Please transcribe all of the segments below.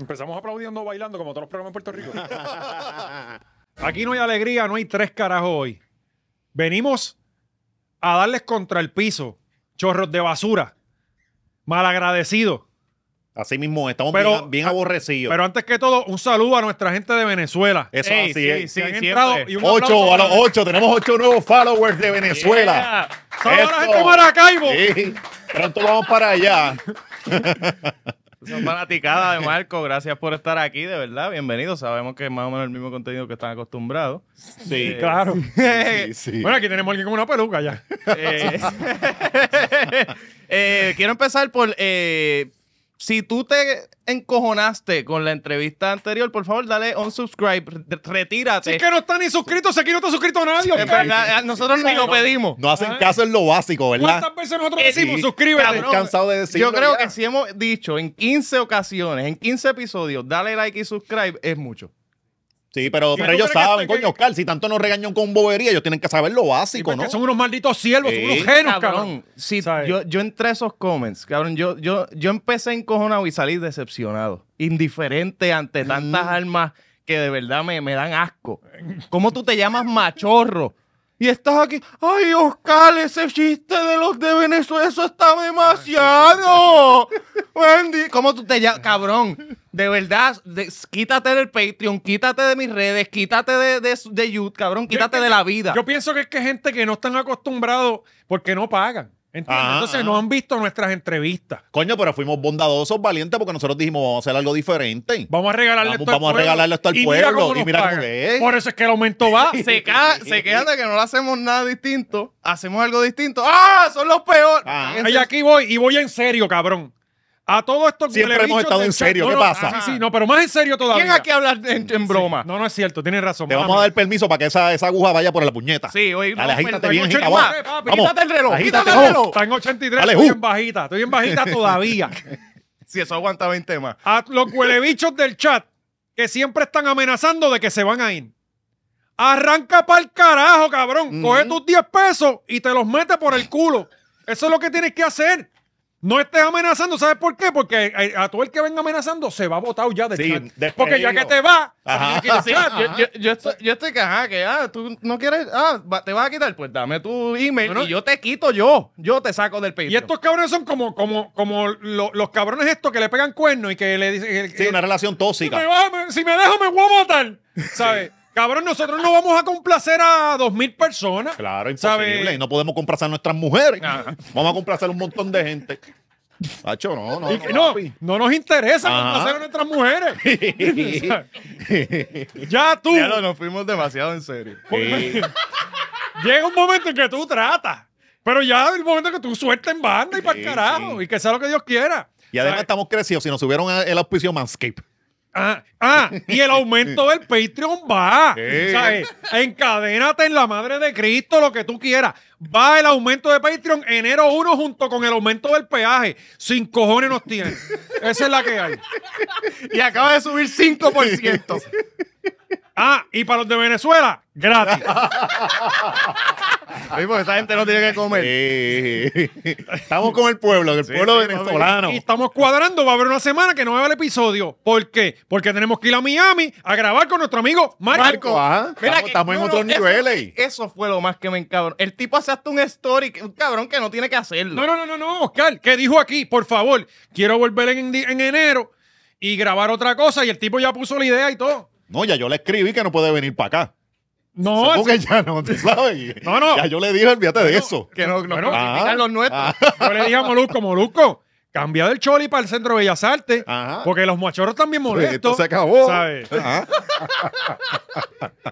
Empezamos aplaudiendo, bailando, como todos los programas en Puerto Rico. Aquí no hay alegría, no hay tres carajos hoy. Venimos a darles contra el piso, chorros de basura, malagradecidos. Así mismo, estamos Pero- ah, bien, bien aborrecidos. Pero antes que todo, un saludo a nuestra gente de Venezuela. Eso Ey, así eh, sí, es. Que han siempre. entrado y un Ocho, aplauso a los para- ocho. Tenemos ocho nuevos followers de Venezuela. Yeah. ¡Saludos a la Eso. gente de Maracaibo! Sí, pronto vamos para allá. Son fanaticada de Marco, gracias por estar aquí, de verdad, bienvenidos. Sabemos que es más o menos el mismo contenido que están acostumbrados. Sí, Claro. sí, sí. Bueno, aquí tenemos alguien con una peluca ya. Eh, eh, quiero empezar por. eh, si tú te encojonaste con la entrevista anterior, por favor, dale un subscribe, re- retírate. Si es que no están ni suscritos, si aquí no está suscrito nadie. Es verdad, eh, nosotros ni lo pedimos. No hacen Ah. caso en lo básico, ¿verdad? ¿Cuántas veces nosotros Sí, decimos suscríbete? estoy cansado de decirlo Yo creo ya. que si hemos dicho en 15 ocasiones, en 15 episodios, dale like y subscribe, es mucho. Sí, pero, Si pero tú ellos crees que- saben, que- coño, Oscar, si tanto nos regañan con bobería, ellos tienen que saber lo Sí, básico, porque ¿no? pues son unos malditos siervos, son Sí. unos genos, cabrón, cabrón. sí, ¿Sabes? yo, yo entré a esos comments, cabrón. Yo, yo, yo empecé encojonado y salí decepcionado, indiferente ante tantas armas que de verdad me, me dan asco. ¿Cómo tú te llamas machorro? Y estás aquí, ay Oscar, ese chiste de los de Venezuela, eso está demasiado. Wendy, ¿cómo tú te llamas, cabrón? De verdad, de- quítate del Patreon, quítate de mis redes, quítate de, de, de YouTube, cabrón, quítate de la vida. Yo pienso que es que gente que no están acostumbrados porque no pagan. ¿entiendes? Ah, Entonces ah. no han visto nuestras entrevistas. Coño, pero fuimos bondadosos, valientes, porque nosotros dijimos, vamos a hacer algo diferente. Vamos a regalarle Vamos- esto al vamos a pueblo. regalarle esto al Y pueblo, cómo y nos mira cómo pagan. es. Por eso es que el aumento va. se, ca- se quejan de que no lo hacemos nada distinto. Hacemos algo distinto. ¡Ah! Son los peores. Ah. Cáguense. Y aquí voy, y voy en serio, cabrón. A todos estos Siempre huelebichos hemos estado del en chat- serio, no, ¿qué no, pasa? Sí, sí, no, pero más en serio todavía. ¿Quién aquí habla en, en broma? No, no es cierto, tienes razón. Te vamos a mami. dar permiso para que esa, esa aguja vaya por la puñeta. Sí, oye, Dale, no, agítate perdón, bien, oye, agita, ma, va. papi, Vamos. quítate el reloj, Agítate, quítate el vamos. reloj. Está en 83, Dale, estoy uh. en bajita, estoy en bajita todavía. Si eso aguanta 20 más. A los huelebichos del chat que siempre están amenazando de que se van a ir. Arranca para el carajo, cabrón. Coge tus 10 pesos y te los mete por el culo. Eso es lo que tienes que hacer. No estés amenazando, ¿sabes por qué? Porque eh, a todo el que venga amenazando se va botado ya del Sí, chat. despedido. Porque ya que te va, Ajá. tienes que ir al chat. Yo, yo- yo estoy, yo estoy que, ajá, que ah, tú no quieres, ah, va- te vas a quitar, pues dame tu email No, no. y yo te quito yo, yo te saco del Patreon. Y estos cabrones son como, como, como lo- los cabrones estos que le pegan cuernos y que le dicen... el- Sí, el- una relación Si me, tóxica. va- me- si me dejo, me voy a matar. ¿Sabes? Cabrón, nosotros no vamos a complacer a dos mil personas. Claro, ¿sabe? imposible. No podemos complacer a nuestras mujeres. Ajá. Vamos a complacer a un montón de gente. Hacho, no, no. Y que no, papi. no nos interesa Ajá. complacer a nuestras mujeres. ¿Sabes? ya tú. Ya lo- nos fuimos demasiado en serio. Sí. Llega un momento en que tú tratas. Pero ya el momento en que tú sueltas en banda y para el Sí, carajo. sí. Y que sea lo que Dios quiera. Y además ¿Sabes? estamos crecidos. Si nos subieron a- el auspicio Manscape. Ah, ah, y el aumento del Patreon va. Sí. ¿Sabes? Encadénate en la madre de Cristo, lo que tú quieras. Va el aumento de Patreon enero 1 junto con el aumento del peaje. Sin cojones nos tienen. Esa es la que hay. Y acaba de subir 5%. Ah, y para los de Venezuela, gratis. Oye, porque esta gente no tiene que comer. Sí. Eh, Estamos con el pueblo, el pueblo Pues. sí, venezolano. Y estamos cuadrando, va a haber una semana que no va a haber episodio. ¿Por qué? Porque tenemos que ir a Miami a grabar con nuestro amigo Marco. Marco, ajá. Mira estamos, que- estamos en no, no, otros eso- niveles. Eso fue lo más que me encabronó. El tipo hace hasta un story, que- un cabrón que no tiene que hacerlo. No, no, no, no, no, Oscar, ¿qué dijo aquí? Por favor, quiero volver en, en enero y grabar otra cosa. Y el tipo ya puso la idea y todo. No, ya yo le escribí que no puede venir para acá. No, Supongo que ya no, tú sabes. No, no. Ya yo le dije, olvídate de eso. Que no, no Bueno, crucifican ah, los nuestros. yo le dije a Molusco, Molusco, cambia del Choli para el Centro de Bellas Artes, Ajá. porque los machorros también Pues, esto molestos. se acabó. ¿sabe? Ajá.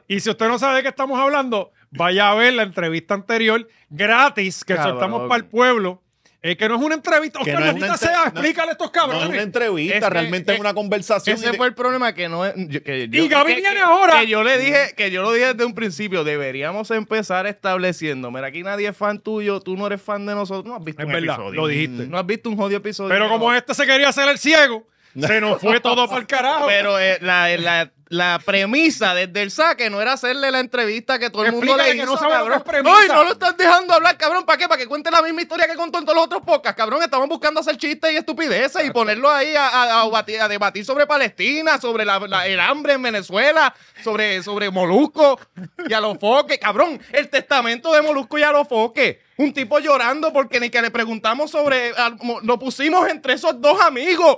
Y si usted no sabe de qué estamos hablando, vaya a ver la entrevista anterior gratis que Cabrón. soltamos para el pueblo. Eh, que no es una entrevista. Que Oscar, no es maldita una entre- sea, no- explícale a estos No es cabrones. una entrevista, Es que- realmente es eh, una conversación. Ese y- fue el problema que no es. yo- que yo- Y Gaby que- viene que- ahora. Mm. Que yo le dije, que yo lo dije desde un principio. Deberíamos empezar estableciendo. Mira, aquí nadie es fan tuyo, tú no eres fan de nosotros. No has visto Es un verdad, episodio. lo dijiste. No has visto un jodido episodio. Pero como es este se quería hacer el ciego, se nos fue todo para el carajo. Pero eh, la, la la premisa desde el saque no era hacerle la entrevista que todo el mundo le Explícale hizo, que no sabe lo cabrón. que es premisa. Ay, no lo estás dejando hablar, cabrón. ¿Para qué? Para que cuente la misma historia que contó en todos los otros podcasts, cabrón. Estaban buscando hacer chistes y estupideces y ponerlo ahí a, a- a bati- a debatir sobre Palestina, sobre la- la- el hambre en Venezuela, sobre, sobre Molusco y a los foques. Cabrón, el testamento de Molusco y a los foques. Un tipo llorando porque ni que le preguntamos sobre... al- mo- Lo pusimos entre esos dos amigos.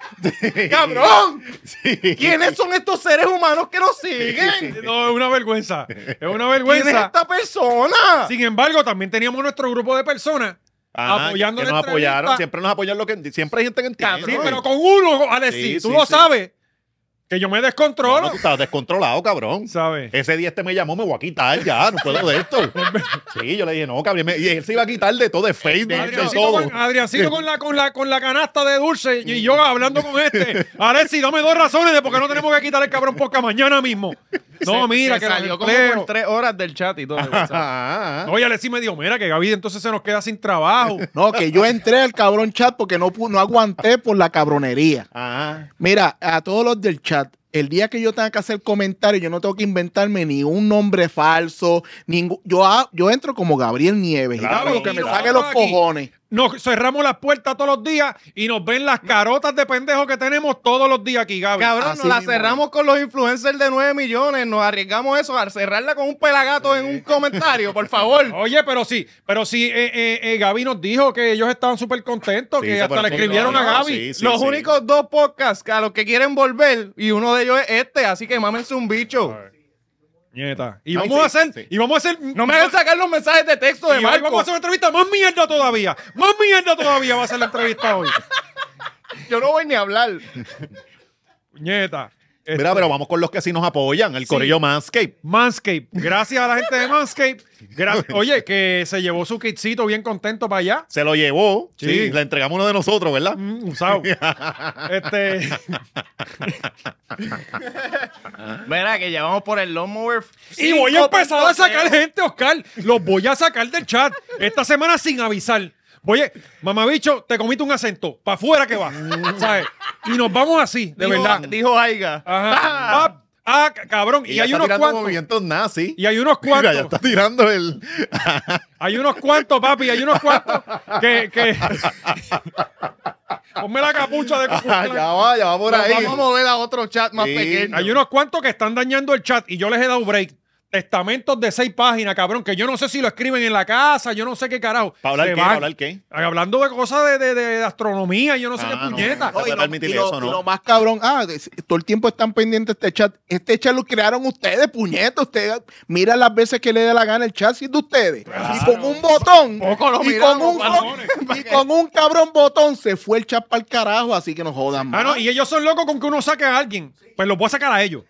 ¡Cabrón! ¿Quiénes son estos seres humanos que nos siguen? No, es una vergüenza. Es una ¿Quién es vergüenza. esta persona? Sin embargo, también teníamos nuestro grupo de personas Ajá, apoyando que la nos apoyaron, entrevista. siempre nos apoyan lo que siempre hay gente que entiende. Sí, pero con uno, Alexis, Sí, tú sí, lo sí. sabes. Que yo me No, descontrolo. no, tú estás descontrolado, cabrón. ¿Sabes? Ese día este me llamó, me voy a quitar ya, no puedo de esto. Sí, yo le dije, no, cabrón. me- Y él se iba a quitar de todo, de Este Facebook, de Adriancito, todo. Ah, con, Adriancito con la, con, la, con la canasta de dulce y yo hablando con este. Alexis, dame dos razones de por qué no tenemos que quitar el cabrón porque mañana mismo. No, Se- mira, se que salió salió como por tres ¿eh? horas del chat y todo. de WhatsApp. Ajá. No, y Alexis me dijo, mira, que Gaby entonces se nos queda sin trabajo. No, que yo entré al cabrón chat porque no, pu- no aguanté por la cabronería. Ajá. Mira, a todos los del chat, el día que yo tenga que hacer comentarios, yo no tengo que inventarme ni un nombre falso. ningú- yo, ha- yo entro como Gabriel Nieves. y Claro, hago lo que y me lo saque hago los aquí. cojones. Nos cerramos las puertas todos los días y nos ven las carotas de pendejo que tenemos todos los días aquí, Gaby. Cabrón, Así nos la mismo, cerramos con los influencers de 9 millones. Nos arriesgamos eso al cerrarla con un pelagato en un comentario, por favor. Oye, pero sí, pero sí, eh, eh, eh, Gaby nos dijo que ellos estaban súper contentos, Sí, que se hasta le ponen- escribieron no, a no, Gaby. sí, sí, los sí. únicos dos podcasts que a los que quieren volver, y uno de ellos es este, así que mámense un bicho. Nieta. Y Ay, vamos a sí, hacer, sí. y vamos a hacer. No me hagan sacar los mensajes de texto de y hoy vamos a Marco. hacer una entrevista más mierda todavía. Más mierda todavía va a ser la entrevista hoy. Yo no voy ni a hablar. Nieta. Este, Mira, pero vamos con los que sí nos apoyan, el Corillo Manscape. Manscape. Gracias a la gente de Manscape. Gra- Oye, que se llevó su kitcito bien contento para allá. Se lo llevó, sí. Sí. le entregamos uno de nosotros, ¿verdad? Mm, usado. este. Mira, que ya vamos por el Lawnmower. Y voy a empezar a sacar eh. gente, Oscar. Los voy a sacar del chat esta semana sin avisar. Oye, mamabicho, te comiste un acento. Para afuera que va. Mm. ¿Sabes? Y nos vamos así, de Dijo- verdad. Dijo Aiga. Ajá. Ah, ah, c- cabrón. Y, ya hay está unos tirando cuantos. movimientos nazis. Y hay unos Mira, ya está cuantos. tirando el... Hay unos cuantos, papi. Hay unos cuantos que. que... Ponme la capucha de Ku Klux Ah, Klan. ya va, ya va por Nos ahí. vamos a mover a otro chat más Sí. pequeño. Hay unos cuantos que están dañando el chat y yo les he dado break. Testamentos de seis páginas, cabrón, que yo no sé si lo escriben en la casa, yo no sé qué carajo. ¿Para hablar Se qué? van. ¿Para hablar qué? Hablando de cosas de, de- de astronomía, yo no sé Ah, qué no. puñeta. No, y puede lo- permitir y lo- eso, ¿no? y lo más cabrón, ah, es- todo el tiempo están pendientes de este chat. Este chat lo crearon ustedes, puñetos. Ustedes, mira las veces que le dé la gana el chat, si es de ustedes. Y con un botón. Poco lo y, miramos, con un, cabrones. y con un cabrón botón se fue el chat para el carajo, así que no jodan Ah, más. no, y ellos son locos con que uno saque a alguien. Pues los voy a sacar a ellos.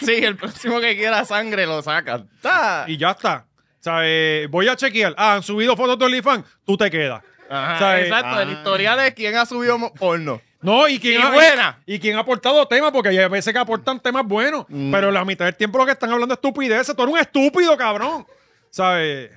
Sí, el próximo que quiera sangre lo saca. Ta. Y ya está. O sea, eh, voy a chequear. Ah, han subido fotos de OnlyFans, tú te quedas. Ajá, O sea, eh, exacto, el ah. historial es quién ha subido mo- porno. No, y quién Y ha, buena. Y, quién ha aportado temas, porque hay veces que aportan temas buenos, Mm. pero la mitad del tiempo lo que están hablando es estupideces. Tú eres un estúpido, cabrón. ¿Sabes?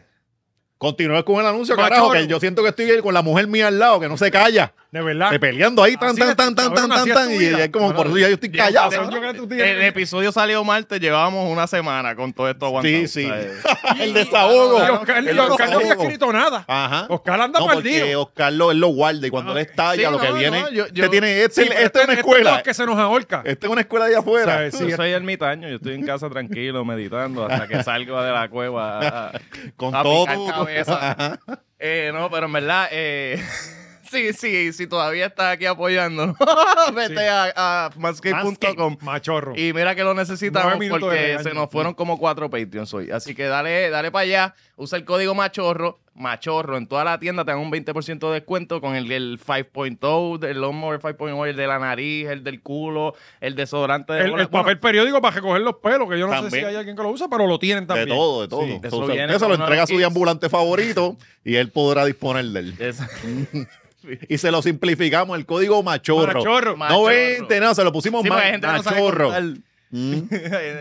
Continúa con el anuncio, Macho, carajo, bro. que yo siento que estoy con la mujer mía al lado, que no se calla. De verdad. Eh, peleando ahí, tan, Ah, Así tan, es, tan, tan, cabrón, tan, así tan, es tan. tu Y vida. ya- como por eso ya yo estoy Bien, callado. cabrón. cabrón. El episodio salió martes, llevábamos una semana con todo esto aguantado. Sí, sí. o sea, El desahogo. Y Oscar, y El Oscar no había desahogo. escrito nada. Ajá. Oscar anda no, porque perdido. Ah, Oscar lo, él lo guarda y cuando él Sí, estalla, lo que no, viene. no, yo- te yo- tiene, este, Sí, este este- es una este escuela. es que se nos ahorca. Este es una escuela allá afuera. ¿Sabes? Sí, yo soy ermitaño, yo estoy en casa tranquilo, meditando hasta que salgo de la cueva. a- a- Con a todo. picar cabeza. Eh, no, pero en verdad, eh, sí, sí, sí, todavía estás aquí apoyando. Vete Sí. a, a manscaped.com. Machorro. Y mira que lo necesitamos Nueve minutos de porque regaño. se nos fueron como cuatro Patreons hoy. Así que dale, dale para allá. Usa el código machorro, machorro. En toda la tienda te dan un 20% de descuento con el, el 5.0, el Lawnmower 5.0, el de la nariz, el del culo, el desodorante de el, bola. el papel periódico para recoger los pelos, que yo no sé si También. hay alguien que lo usa, pero lo tienen De también. todo, de todo. Sí. eso O sea, viene usted se con lo una entrega a su noticia. deambulante favorito y él podrá disponer de él. Bueno, es- Y se lo simplificamos, el código machorro. Machorro. No 20, Machorro. no, se lo pusimos Sí, ma- porque hay gente que no sabe machorro. contar.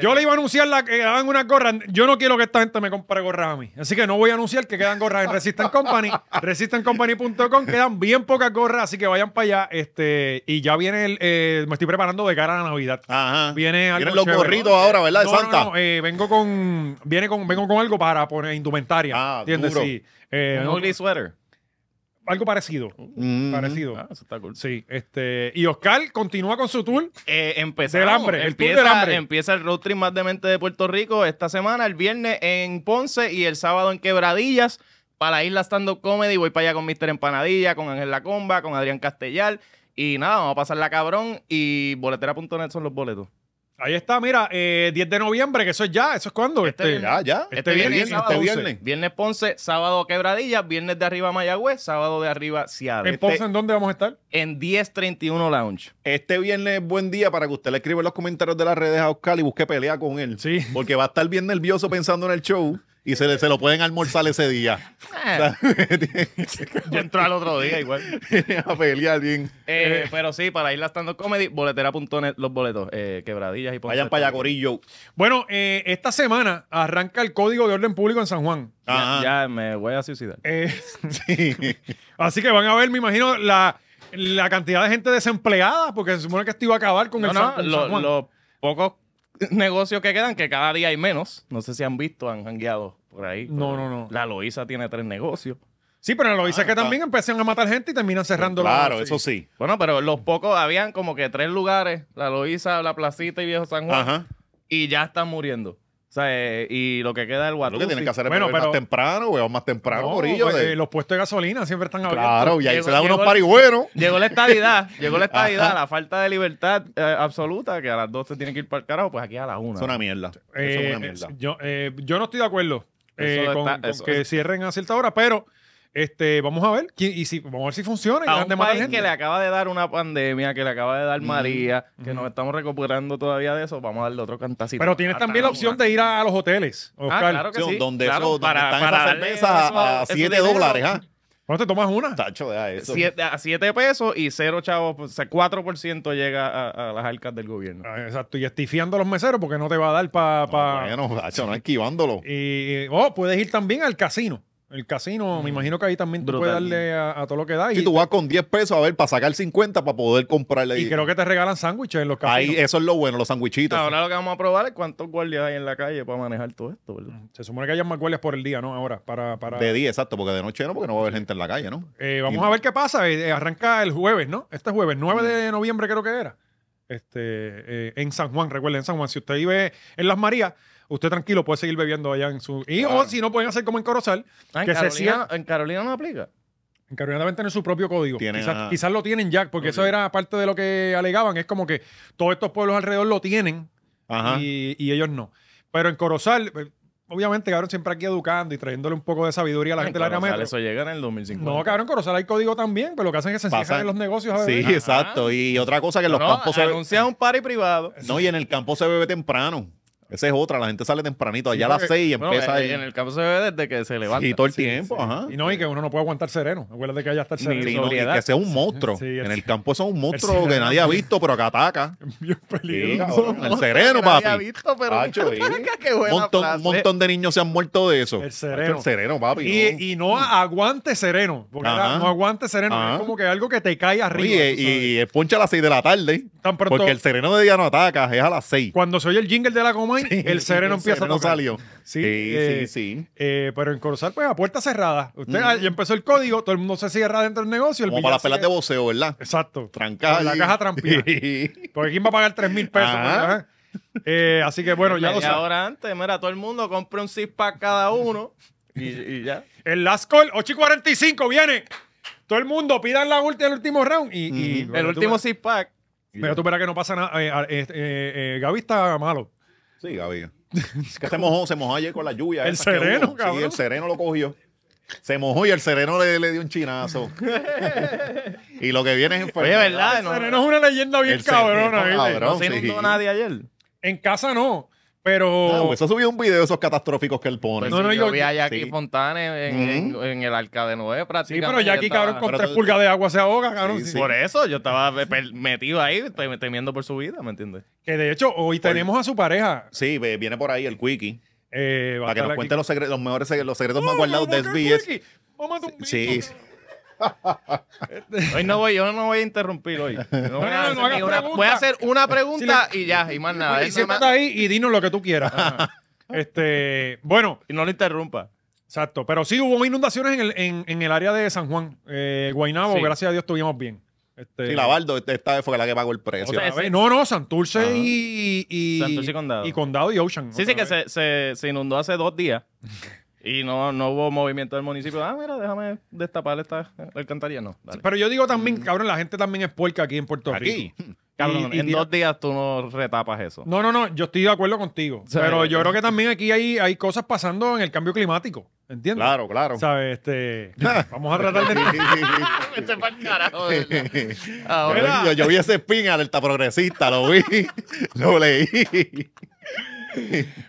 Yo le iba a anunciar la que daban unas gorras. Yo no quiero que esta gente me compre gorras a mí. Así que no voy a anunciar que quedan gorras en Resistant Company. ResistantCompany.com quedan bien pocas gorras, así que vayan para allá. Este, y ya viene el. eh, me estoy preparando de cara a la Navidad. Ajá. Viene algo Vienen los chévere. gorritos ahora, ¿verdad? De No, Santa. No, no, eh, vengo con. Viene con. Vengo con algo para poner indumentaria. Ah, ¿Entiendes? duro. Sí. Eh, Un no, ugly sweater. algo parecido. Mm. Parecido. Ah, eso está cool. Sí. Este. Y Oscar continúa con su tour. Eh, empezamos. Del hambre, el tour empieza, del hambre. empieza el road trip más demente de Puerto Rico esta semana, el viernes en Ponce y el sábado en Quebradillas para Isla Stand Up Comedy. Voy para allá con Mr. Empanadilla, con Ángel La Comba, con Adrián Castellar. Y nada, vamos a pasarla cabrón. Y boletera.net son los boletos. Ahí está, mira, eh, 10 de noviembre, que eso es ya, eso es cuando. Este Este, Ya, ya. Este viernes, y este sábado, viernes. Viernes Ponce, sábado Quebradillas, viernes de arriba Mayagüez, sábado de arriba Seattle. Este, en Ponce, ¿en dónde vamos a estar? En 1031 Lounge. Este viernes es buen día para que usted le escriba en los comentarios de las redes a Oscar y busque pelea con él. Sí. Porque va a estar bien nervioso pensando en el show y se, le- se lo pueden almorzar ese día. Yo entro al otro día igual. a pelear bien. Eh, pero sí, para Isla Stand Up Comedy, boletera.net, los boletos, eh, quebradillas y Ponce. Vayan para allá, Corillo. Bueno, eh, esta semana arranca el Código de Orden Público en San Juan. Ajá. Ya me voy a suicidar. Eh, Sí. así que van a ver, me imagino, la, la cantidad de gente desempleada, porque se supone que esto iba a acabar con No, el no, San, con lo- San Juan. los pocos negocios que quedan, que cada día hay menos. No sé si han visto, han jangueado por ahí. No, pero no, no. La Loíza tiene tres negocios. Sí, pero lo dice Ah, que está. también empiezan a matar gente y terminan cerrando la- Claro, sí. eso sí. Bueno, pero los pocos, habían como que tres lugares, la Loíza, la Placita y Viejo San Juan, Ajá. y ya están muriendo. O sea, eh, y lo que queda es el Lo que tienen que Guatusi. hacer es Bueno, beber más pero- temprano, weón, más temprano, No, Corillo. pues, de- eh, los puestos de gasolina siempre están abiertos. claro, y ahí Llegó- se dan unos llegó- paris buenos. Llegó la estadidad, llegó la estadidad, la falta de libertad eh, absoluta, que a las 12 tiene que ir para el carajo, pues aquí a las 1. Es una mierda. Eso Eh, es una mierda. eh, Yo, eh, yo no estoy de acuerdo eh, Eso con, está- con eso- que cierren a cierta hora, pero este, vamos a ver quién- y si, vamos a ver si funciona. y a dejan un de matar país gente. que le acaba de dar una pandemia, que le acaba de dar María, que nos estamos recuperando todavía de eso, vamos a darle otro cantacito. Pero tienes también la opción de ir a, a los hoteles, Oscar. Ah, claro que sí. Donde, Claro, eso, donde para- están para esas darle cervezas eso- a- a ese 7 dinero. dólares, ¿ah? ¿No te tomas una? Tacho, deja eso. Siete- a 7 pesos y 0 chavos, pues, o sea, 4% llega a, a las arcas del gobierno. Ah, Exacto, y estifiando a los meseros porque no te va a dar para... No, Bueno, tacho, no esquivándolo. Y, oh, puedes ir también al casino. El casino, me imagino que ahí también tú Mm. Brutal. puedes darle a, a todo lo que da. Y, Si tú vas con 10 pesos a ver para sacar 50 para poder comprarle. y creo que te regalan sándwiches en los ahí casinos. eso es lo bueno, los sandwichitos. Ahora lo que vamos a probar es cuántos guardias hay en la calle para manejar todo esto, ¿verdad? Se supone que hayan más guardias por el día, ¿no? Ahora, para... para de 10, exacto, porque de noche no, porque no va a haber gente en la calle, ¿no? Eh, vamos a ver qué pasa. Eh, eh, arranca el jueves, ¿no? Este jueves, 9 Mm. de noviembre creo que era. Este, eh, en San Juan, recuerden, en San Juan. Si usted vive en Las Marías, usted tranquilo puede seguir bebiendo allá en su... Y o Claro. si no, pueden hacer como en Corozal. Ah, en, Que se Carolina, sienta- en Carolina no aplica. Ah, En Carolina deben tener su propio código. Tienen, ah. Quizás, ajá. quizás lo tienen ya, porque eso era parte de lo que alegaban. Es como que todos estos pueblos alrededor lo tienen Ajá. y, y ellos no. Pero en Corozal, eh, obviamente, cabrón, siempre aquí educando y trayéndole un poco de sabiduría a la En gente del área Corozal metro. Eso llega en el 2050. No, cabrón, en Corozal hay código también, pero lo que hacen es que se Pasan- encierran en los negocios a Sí, beber. exacto. Y otra cosa que en los no, campos se anuncia un party privado. No, y en el campo se bebe temprano. Esa es otra, la gente sale tempranito, allá a las porque- 6 y Bueno, empieza en- ahí. en el campo se ve desde que se levanta. y todo el tiempo, ajá. Y no, y que uno no puede aguantar sereno. Acuérdate que allá está el Ni sereno. Sí, y no, y sobriedad. que sea un monstruo. Sí, el- en el campo eso es un monstruo sereno. que nadie ha visto, pero que ataca. Bien Sí, peligroso. cabrón, el sereno, Nadie ha papi. visto, pero Tacho, sí. qué buena Montón- frase. un montón de niños se han muerto de eso. El Tacho, sereno. El sereno, papi. no. y, y no aguante sereno. Porque Ajá. era, no aguante sereno. Ajá. Es como que algo que te cae arriba. Oye, tú y, sabes. y es poncha a las 6 de la tarde. Tan pronto- Porque el sereno de día no ataca, es a las 6. Cuando se oye el jingle de la Comay, el sereno empieza a tocar. salió. Sí, Sí, eh, sí, sí. Eh, pero en Corozal, pues a puerta cerrada. Usted ah, ya empezó el código, todo el mundo se cierra dentro del negocio. el Como billar para las pelas de sigue- voceo, ¿verdad? Exacto. Trancada. Con la ahí. caja trampía. Porque quién va a pagar 3 mil pesos. Ajá. ¿verdad? Eh, así que bueno, ya lo Media sabes. hora antes, mira, todo el mundo compra un six pack cada uno y, y ya. El last call, 8 y 45, viene. Todo el mundo pidan la última, el último round. Y, y- el pero tú último verás- six pack. Pero tú verás que no pasa nada. Eh, eh, eh, eh, Gaby está malo. Sí, Gaby. Es que se mojó, se mojó ayer con la lluvia. El esa que sereno, hubo. cabrón. Sí, el sereno lo cogió. Se mojó y el sereno le, le dio un chinazo. y lo que viene es Oye, enfermedad. ¿verdad? No, Sereno es una leyenda bien El sereno, cabrona. ¿viste? cabrón. no se inundó Sí. nadie ayer. En casa no. Pero. Ah, pues ha subido un video de esos catastróficos que él pone. Pues No, sí, no, yo, yo- vi a Jackie sí. Fontane en, en- en el Arca de Noé sí, prácticamente. pero Jackie, estaba- cabrón, con Pero tres tú- pulgas de agua se ahoga, cabrón. Sí, sí. sí. Por eso yo estaba pe- metido ahí te- temiendo por su vida, ¿me entiendes? Que de hecho, hoy tenemos a su pareja. Sí, ve- viene por ahí el wiki. eh, va a Para que estar nos aquí. cuente los, secretos, los mejores secretos, los secretos más ¡Oh, guardados de vamos a buscar SBS. Quickie! Vamos a tumbar. Sí, sí. Hoy no voy, yo no voy a interrumpir hoy. No voy, no, a hacer no hagas ni una- preguntas. voy a hacer una pregunta y ya, y más nada. Oye, Él nada más- siéntate ahí y dinos lo que tú quieras. este, bueno, y no lo interrumpa. exacto. Pero sí hubo inundaciones en el, en, en el área de San Juan. Eh, Guaynabo, Sí. gracias a Dios estuvimos bien. Este, Sí, la Baldo, este- esta vez fue la que pagó el precio. otra O sea, vez. ese- no, no, Santurce Ajá. y, y- Santurce y Condado. Y Condado y Ocean. Sí, otra sí, que vez. se, se, se inundó hace dos días y no, no hubo movimiento del municipio. Ah, mira, déjame destapar esta alcantarilla. No, dale. Pero yo digo también, cabrón, la gente también es puerca aquí en Puerto Mm. Aquí. Rico. Cabrón, y- y en tira- dos días tú no retapas eso. No, no, no, yo estoy de acuerdo contigo. sea, pero yo eh, creo que también aquí hay, hay cosas pasando en el cambio climático. ¿Entiendes? Claro, claro. ¿Sabes? Este, vamos a tratar de. Vete pa'l carajo, de verdad. Yo, Ahora, yo, yo vi ese spin alerta progresista, lo vi, lo leí.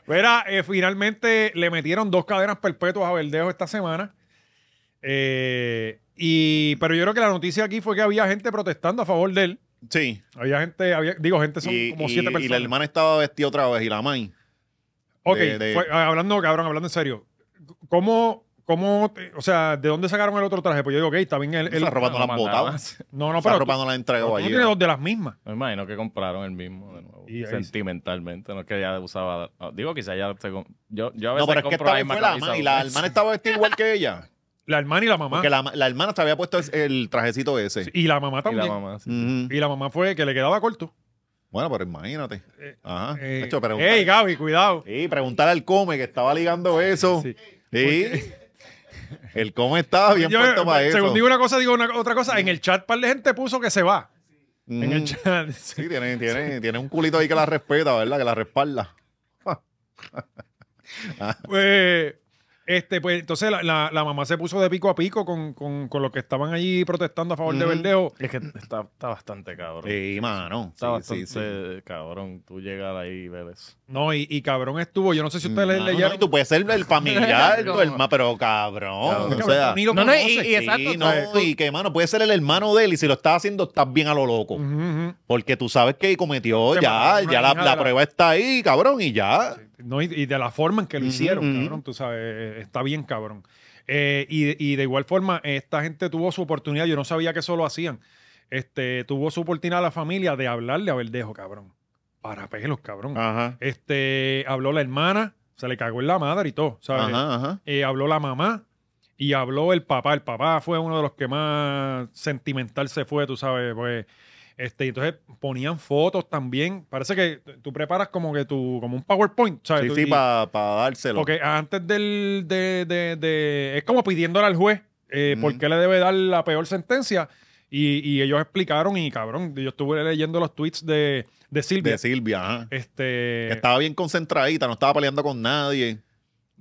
Mira, eh, finalmente le metieron dos cadenas perpetuas a Verdejo esta semana. Eh, y, pero yo creo que la noticia aquí fue que había gente protestando a favor de él. Sí. Había gente, había- digo, gente son Y, como y- siete y personas. la hermana estaba vestida otra vez y la mãe. ok, de- de- fue- ah, hablando, cabrón, hablando en serio. ¿Cómo, cómo, te- o sea, de dónde sacaron el otro traje? Pues yo digo, ok, está bien el. el- esa ropa no, no la han mandaba. botado. no, no, Esa pero. ropa Tú, no la han tú entregado allí. tienes dos de las mismas. Me imagino que compraron el mismo de nuevo. Y ahí- sentimentalmente, no es que ya usaba. ah, Digo, quizá ya se com- yo, yo a No, veces pero es que compro esta la vez misma fue la camisa hermana y dos la veces. hermana estaba vestida igual que ella. La hermana y la mamá. Porque la, la hermana se había puesto es- el trajecito ese. Y la mamá Y la también. mamá, sí. Ujú. Y la mamá fue que le quedaba corto. Bueno, pero imagínate. Eh, Ajá. Eh, Hecho, preguntar, ey, Gaby, cuidado. sí, preguntar al Come que estaba ligando eso. Sí. Sí. El Come estaba bien Yo, eh, puesto para eso. según digo una cosa, digo una- otra cosa. En el chat, par de gente puso que se va. Ujú. En el chat. sí. Sí, tiene, tiene, tiene un culito ahí que la respeta, ¿verdad? Que la respalda. Pues, este, pues entonces la, la- la mamá se puso de pico a pico con, con, con los que estaban allí protestando a favor de Ujú. Verdejo. Es que está, está bastante cabrón. Sí, mano. Está Sí, sí, bastante sí. cabrón tú llegar ahí y ver eso. No, y, y cabrón estuvo. Yo no sé si ustedes le Mano, leyeron. Ah, y tú puedes ser el familiar, tu Como- hermano, pero cabrón. Cabrón, o sea, ni lo No, no, y- conoces. y exacto, sí, ¿sabes? no, y que, mano, puede ser el hermano de él y si lo estás haciendo, estás bien a lo loco. Ujú, ujú. Porque tú sabes que cometió Te ya, mataron a ya una la, Mm. hija la de la- prueba está ahí, cabrón, y ya. No, y, y de la forma en que lo Ujú, hicieron, ujú. cabrón, tú sabes, eh, está bien, cabrón. Eh, y, y de igual forma, esta gente tuvo su oportunidad, yo no sabía que eso lo hacían, este, tuvo su oportunidad la familia de hablarle a Verdejo, cabrón. Para pelos, cabrón. Ajá. Este, habló la hermana, se le cagó en la madre y todo, ¿sabes? Ajá, ajá. Eh, habló la mamá y habló el papá. El papá fue uno de los que más sentimental se fue, tú sabes, pues. Este, y entonces ponían fotos también. Parece que t- tú preparas como que tu, como un PowerPoint, ¿sabes? Sí, Tú- sí, y- para dárselo. porque antes del, de, de- de- es como pidiéndole al juez eh, Ujú. por qué le debe dar la peor sentencia. Y, y ellos explicaron y cabrón, yo estuve leyendo los tweets de, de Silvia. De Silvia, ajá. este, Que estaba bien concentradita, no estaba peleando con nadie.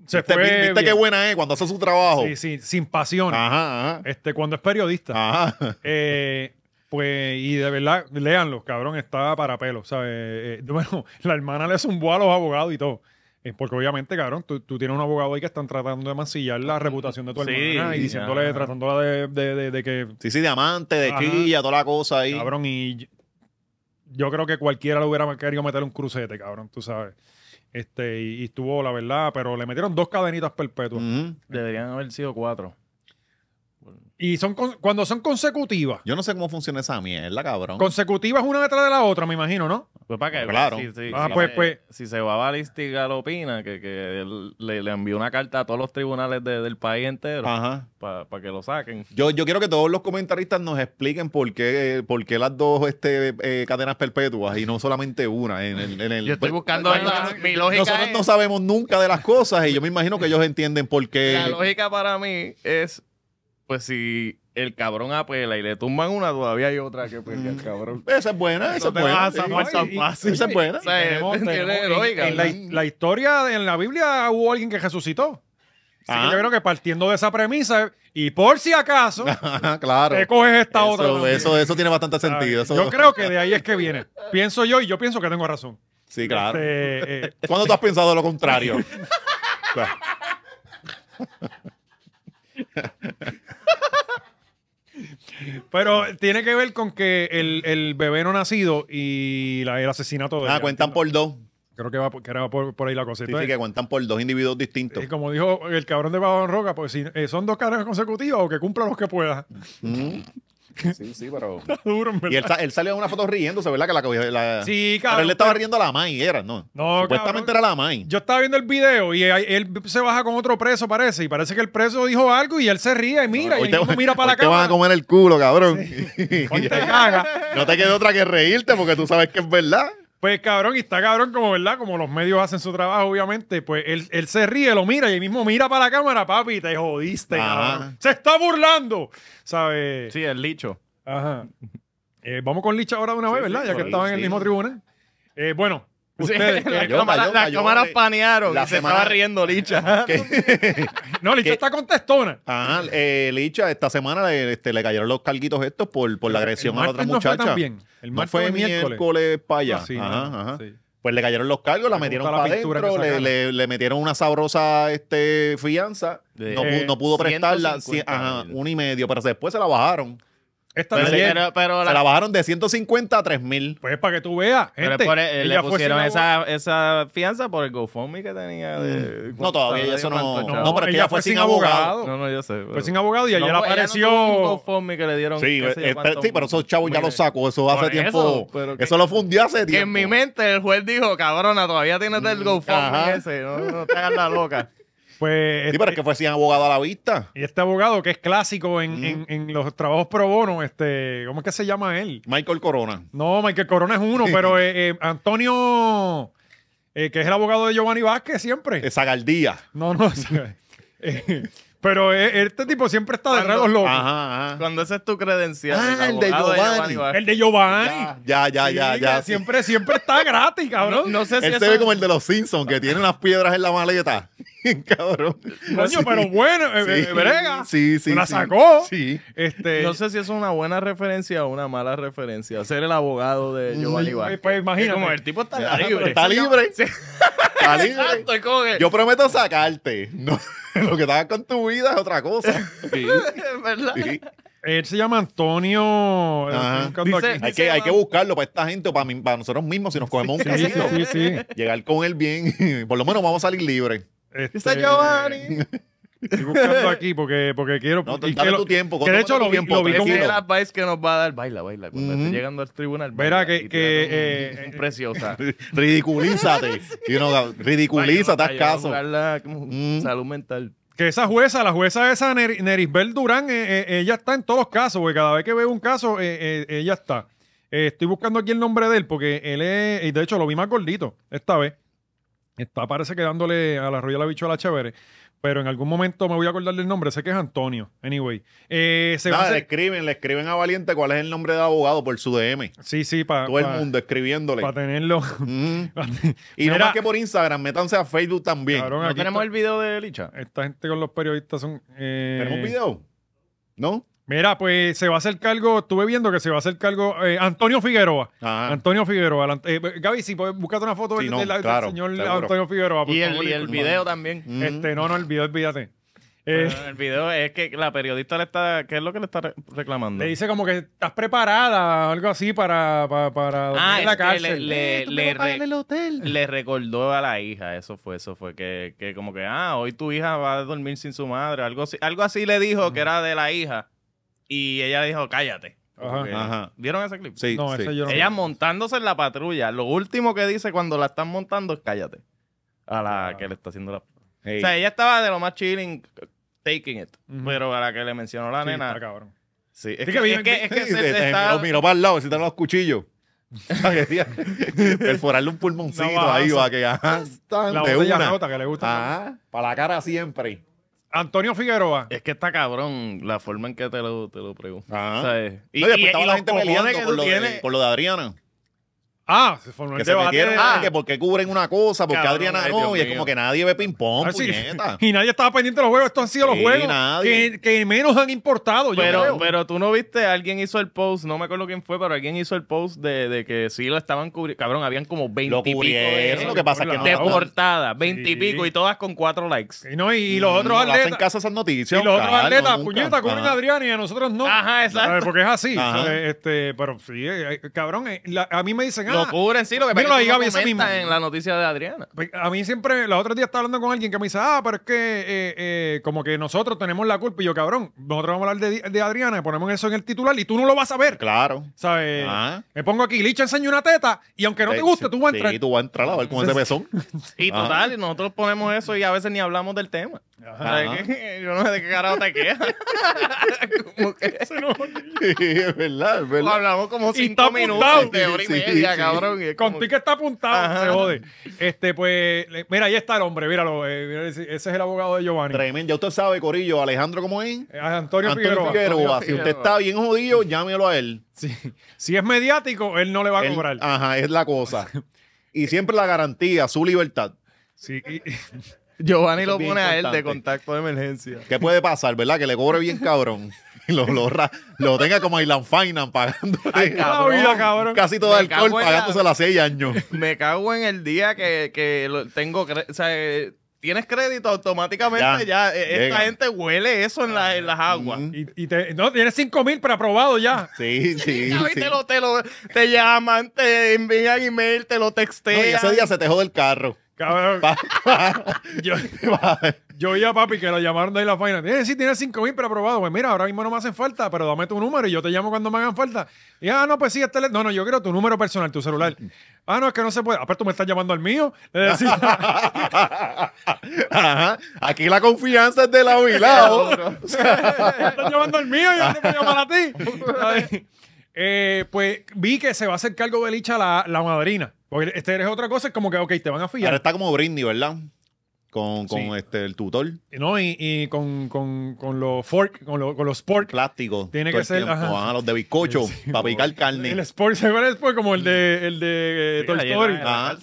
se ¿Viste, fue viste bien. qué Ah. buena es cuando hace su trabajo? Sí, sí, sin pasión. Ajá, ajá. Este, cuando es periodista. Ajá. Eh, pues, y de verdad, léanlo, cabrón, está para pelo, ¿sabes? Eh, bueno, la hermana le zumbó a los abogados y todo. Eh, porque obviamente, cabrón, tú, tú tienes un abogado ahí que están tratando de mancillar la reputación de tu Sí, hermana y ya. diciéndole, tratándola de, de- de- de que, Sí, sí, diamante, de Ajá. chilla, toda la cosa ahí. cabrón, y yo- yo creo que cualquiera le hubiera querido meter un crucete, cabrón, tú sabes. Este, y, y estuvo, la verdad, pero le metieron dos cadenitas perpetuas. Ujú. Deberían haber sido cuatro. Y son con- cuando son consecutivas, Yo no sé cómo funciona esa mierda, cabrón. consecutivas una detrás de la otra, me imagino, ¿no? Pues para que Claro. Si, si- Ah, si pues- se, pues- si se va a balística, lo opina, que, que él le, le envió una carta a todos los tribunales de- del país entero Ajá. para que lo saquen. Yo, yo quiero que todos los comentaristas nos expliquen por qué, por qué las dos este, eh, cadenas perpetuas y no solamente una. En el, en el- Yo estoy buscando Bueno, ahí, no- mi lógica Pues, Nosotros es- no sabemos nunca de las cosas y yo me imagino que ellos entienden por qué. La lógica para mí es, pues si el cabrón apela y le tumban una, todavía hay otra que pelea el cabrón. Esa es buena, esa No es te vas a buena. zafar tan y- fácil. Esa es buena. O sea, Tenemos- tiene tenemos- en- lógica, en la, ¿verdad? la historia, en la Biblia hubo alguien que resucitó. Así que Ah. yo creo que partiendo de esa premisa, y por si acaso, Ajá, claro. te coges esta eso, otra. también. eso, eso tiene bastante ¿Sabes? sentido. eso- Yo creo que de ahí es que viene. Pienso yo y yo pienso que tengo razón. Sí, claro. Este, eh, ¿Cuándo tú has pensado lo contrario? Claro. pero tiene que ver con que el, el bebé no nacido y la- el asesinato de Ah, ella, cuentan entiendo. por dos. Creo que, va por, que era por, por ahí la cosa. Sí, sí, Pues- Entonces, que cuentan por dos individuos distintos. Eh, Y como dijo el cabrón de Babón Roca, pues si eh, son dos carreras consecutivas o que cumpla los que pueda. Mm. Sí, sí, pero. Duro, en Y verdad. él, sa- él salió en una foto riéndose, ¿verdad? Que la, cogía- la- Sí, Pero cabrón. él le estaba riendo a la May, era, ¿no? No, Supuestamente cabrón. era la May. Yo estaba viendo el video y ahí- él se baja con otro preso, parece, y parece que el preso dijo algo y él se ríe y mira, y Hoy él te- mismo mira para la hoy Te van a cámara. comer el culo, cabrón. Hoy te caga. no te queda otra que reírte porque tú sabes que es verdad. Pues cabrón, y está cabrón como, ¿verdad? Como los medios hacen su trabajo, obviamente. Pues él, él se ríe, lo mira y él mismo mira para la cámara, papi, te jodiste, Ajá. cabrón. Se está burlando, ¿sabes? Sí, el licho. Ajá. Eh, vamos con Licha ahora de una Sí, vez, sí, ¿verdad? ya que por ahí, estaban en el sí. mismo tribunal. Eh, bueno, Sí, ustedes. las eh, Cayó, cámaras- cayó, las cayó. cámaras panearon La y se semana- estaba riendo licha. no, Licha ¿Qué? está contestona. Ajá, eh, Licha, esta semana le, este, le cayeron los carguitos estos por, por la agresión El a la otra martes no fue muchacha. tan bien. El No martes fue o el miércoles, para allá. Ah, sí, ajá, no, ajá. sí. Pues le cayeron los cargos, la Me metieron gusta la para pintura que adentro, le, sacaron. le- le metieron una sabrosa este, fianza. De- no, Eh, pudo, no pudo prestarla, sí, 150 ajá, mil. un y medio, pero después se la bajaron. Esta Pero, noche- pero- pero Se la- la bajaron de 150 a 3 mil. Pues para que tú veas, pero gente. por- eh, ella le fue pusieron sin abogado. esa, esa fianza por el GoFundMe que tenía. De, No, todavía ¿cuánto? eso no- ¿Cuánto? no, porque ella fue sin abogado. Mm. No, no, yo sé. Fue pero- sin abogado y No, pues, ayer ella no apareció. tuvo un GoFundMe que le dieron. Sí, qué sé yo eh, cuántos sí, pero esos chavos ya miles. los sacó, eso hace Por tiempo. eso, pero que- eso lo fundió hace Que tiempo. en mi mente el juez dijo, cabrona, todavía tienes el ajá. GoFundMe ese. No, no te hagas la loca. Pues, Sí, pero es que fue sin abogado a la vista. Y este abogado que es clásico en, Mm. en- en los trabajos pro bono, este, ¿cómo es que se llama él? Michael Corona. No, Michael Corona es uno, pero eh, eh, Antonio, eh, que es el abogado de Giovanni Vázquez siempre. Esa gardía. No, no. ese- eh, pero eh, este tipo siempre está detrás de los locos. Ajá, ajá. Cuando esa es tu credencial. Ah, el de abogado Giovanni. Vázquez. El de Giovanni. Ya, ya, Sí, ya, que ya. sí. Siempre, siempre está gratis, No, cabrón. no sé si Él eso... se ve como el de los Simpsons, que tiene unas piedras en la maleta. Cabrón. Coño, pero bueno, eh, Sí. eh, brega. Sí, sí. La sí. sacó. Sí. Este, No sé si es una buena referencia o una mala referencia. Ser el abogado de Giovanni Vázquez. pues imagínate. Que Como el tipo está Ah, pero libre. Está libre. Está libre. Exacto, es como que- Yo prometo sacarte. No, lo que te hagas con tu vida es otra cosa. Sí. Es ¿Verdad? Él se llama Antonio. eh, lo Ajá. estoy buscando Dice- aquí. Hay, que, hay que buscarlo para esta gente o para, mí- para nosotros mismos si nos cogemos un Sí, casino. sí, sí. Llegar con él bien. Por lo menos vamos a salir libres. Este, Dice Giovanni. Estoy buscando aquí porque, porque quiero. No, y dale que lo- tu tiempo. que de hecho tómate lo tu vi- lo vi Ese como- es el tranquilo. advice que nos va a dar. Baila, baila. Cuando esté Ujú. llegando al tribunal. Verá baila que- y que, tírate un- eh, un preciosa. Ridiculízate. Y uno, ridiculízate, haz Ay, caso. ayuda a jugarla como Mm. Salud mental. Que esa jueza, la jueza esa, Ner- Nerisbel Durán, eh, eh, ella está en todos los casos, porque cada vez que veo un caso, eh, eh, ella está. Eh, estoy buscando aquí el nombre de él, porque él es, y de hecho lo vi más gordito esta vez. Está, parece que dándole a la roya la bichuela chévere, pero en algún momento me voy a acordar del nombre, sé que es Antonio. Anyway, eh, se va a Nada, le hacer- escriben, le escriben a Valiente cuál es el nombre de abogado por su DM. Sí, sí, para Todo el mundo escribiéndole. Para tenerlo. Mm. Y no Mira. más que por Instagram, métanse a Facebook también. Cabrón, ¿No aquí tenemos está- el video de Licha? Esta gente con los periodistas son. eh, ¿Tenemos video? ¿No? Mira, pues se va a hacer cargo, estuve viendo que se va a hacer cargo eh, Antonio Figueroa. Ajá. Antonio Figueroa. la- eh, Gaby, si puedes buscarte una foto Ah. Sí, del, no, del- del claro, señor seguro. Antonio Figueroa. por Y el, favor, y el disculpa. video también. Mm. Este, no, no, el video, olvídate. Ah, Eh, Pero El video es que la periodista le está... ¿Qué es lo que le está re- reclamando? le dice como que estás preparada, algo así, para, para, para dormir Ah, en es la que cárcel. le- le- le re- hotel. le recordó a la hija, eso fue, eso fue, que, que como que, ah, hoy tu hija va a dormir sin su madre, algo así, algo así le dijo que era de la hija, y ella le dijo, cállate. Ajá. Porque- Ajá. ¿Vieron ese clip? Sí, no, sí. ese yo no. Ella montándose en la patrulla, lo último que dice cuando la están montando es cállate, a la que le está haciendo la... Hey. O sea, ella estaba de lo más chilling, taking it, Ujú. pero a la que le mencionó la Sí, está nena... cabrón. Sí, es Sí, que, que vi- es que- es que Sí, se- te- se te- está- lo miró para el lado, si te dan los cuchillos. Perforarle un pulmoncito No, ahí, bajazo. va que ajá, tan La de botella una. Ah. rota que le gusta. Ajá, para la cara siempre. Antonio Figueroa. Eh. Es que está cabrón la forma en que te lo, te lo pregunto. Ajá. ¿Sabes? Ah. No, y después y- estaba y la los gente cojones peleando que por tú lo, de, tienes. por lo de Adriana. Ah, se formó el Que se debate. metieron Ah, ah, que porque cubren una cosa, porque Cabrón, Adriana ay, no, Dios y es mío. como que nadie ve ping-pong, ah, sí. puñeta. Y nadie estaba pendiente de los juegos. Estos han sido los Sí, juegos nadie. que, que menos han importado. yo Pero, creo. pero tú no viste, alguien hizo el post, no me acuerdo quién fue, pero alguien hizo el post de, de que sí lo estaban cubriendo. Cabrón, habían como 20 Lo y pico cubrieron, de, lo que pasa es que no de lo hablan. portadas, 20 y Sí. pico, y todas con 4 likes. Y no, y, y los otros Mm, No le hacen atletas. caso a esas noticias. Y los otros Oscar, no, atletas, nunca. Ah. puñeta, cubren Ajá. a Adriana y a nosotros no. Ajá, exacto. ¿Sabes? Porque es así. Ajá. ¿sabes? Este, pero sí, eh, eh, cabrón, eh, la- a mí me dicen, Lo ah, cubren, sí, lo que Míralo pasa ahí, es que tú no Gaby, ese comentas mismo. en la noticia de Adriana. Pues, A mí siempre, los otros días estaba hablando con alguien que me dice, ah, pero es que eh, eh, como que nosotros tenemos la culpa. Y yo, cabrón, nosotros vamos a hablar de, de Adriana, ponemos eso en el titular y tú no lo vas a ver. Claro. ¿Sabes? Ajá. Me pongo aquí, Licha enseña una teta y aunque no te ah. Sí, guste, tú vas a sí, entrar. tú vas a entrar a ver con ese pezón. Y Ajá. total, y nosotros ponemos eso y a veces ni hablamos del tema. Ajá. O sea, que- Yo no sé de qué carajo te quejas. Como que- es verdad, es verdad. hablamos como Y cinco está apuntado. minutos de hora y Sí, sí, media, sí. cabrón. y es como Con ti que está apuntado, Ajá. se jode. Este, pues, le- mira, ahí está el hombre, míralo. eh, mira, ese ese es el abogado de Giovanni. Tremendo. Ya usted sabe, Corillo, Alejandro, ¿cómo es? Eh, Antonio, Antonio Figueroa. Figueroa. Si usted está bien jodido, llámelo a él. Sí. Si es mediático, él no le va a Él- ah, cobrar. ajá, es la cosa. Y siempre la garantía, su libertad. Sí, y- Giovanni Eso lo es bien pone a él de importante. contacto de emergencia. ¿Qué puede pasar, verdad? Que le cobre bien cabrón. Y Lo, lo, ra- lo tenga como Island Finance pagando Toda la vida, cabrón. casi todo Me el alcohol cago en la- pagándose las seis años. Me cago en el día que, que lo- tengo. cre- O sea, eh, tienes crédito automáticamente ya. Ya, eh, llega. Esta gente huele eso en, la- en las aguas. Mm. y- y te- no, tienes 5 mil preaprobado ya. Sí, sí. Ya, sí. Te, lo, te, lo- te llaman, te envían email, te lo No, y textean. ese día se te jode el carro. Cabrón. yo, Pero yo vi a papi que lo llamaron de ahí la final. Eh, sí, tienes 5 mil preaprobado. Pues mira, ahora mismo no me hacen falta, pero dame tu número y yo te llamo cuando me hagan falta. Y ah, no, pues sí, este le- No, no, yo quiero tu número personal, tu celular. Ah, no, es que no se puede. Aparte, tú me estás llamando al mío. Eh, Le decía, Ajá. Aquí la confianza es de lado y lado. O sea, me estás llamando al mío, yo no te puedo llamar a ti. ¿Sabes? Eh, pues vi que se va a hacer cargo de Licha la, la madrina. Porque este es otra cosa, es como que, ok, te van a y ahora fiar. está como Brindy, ¿verdad? Con, con Sí. este, el tutor ¿no? Y, y con, con, con los fork, con, los- con los pork. plástico. Tiene todo que el ser, tiempo. ajá. Ah, los de bizcocho para picar carne. El Sport se ve el Sport como el de, el de eh, Toy Story. Ah.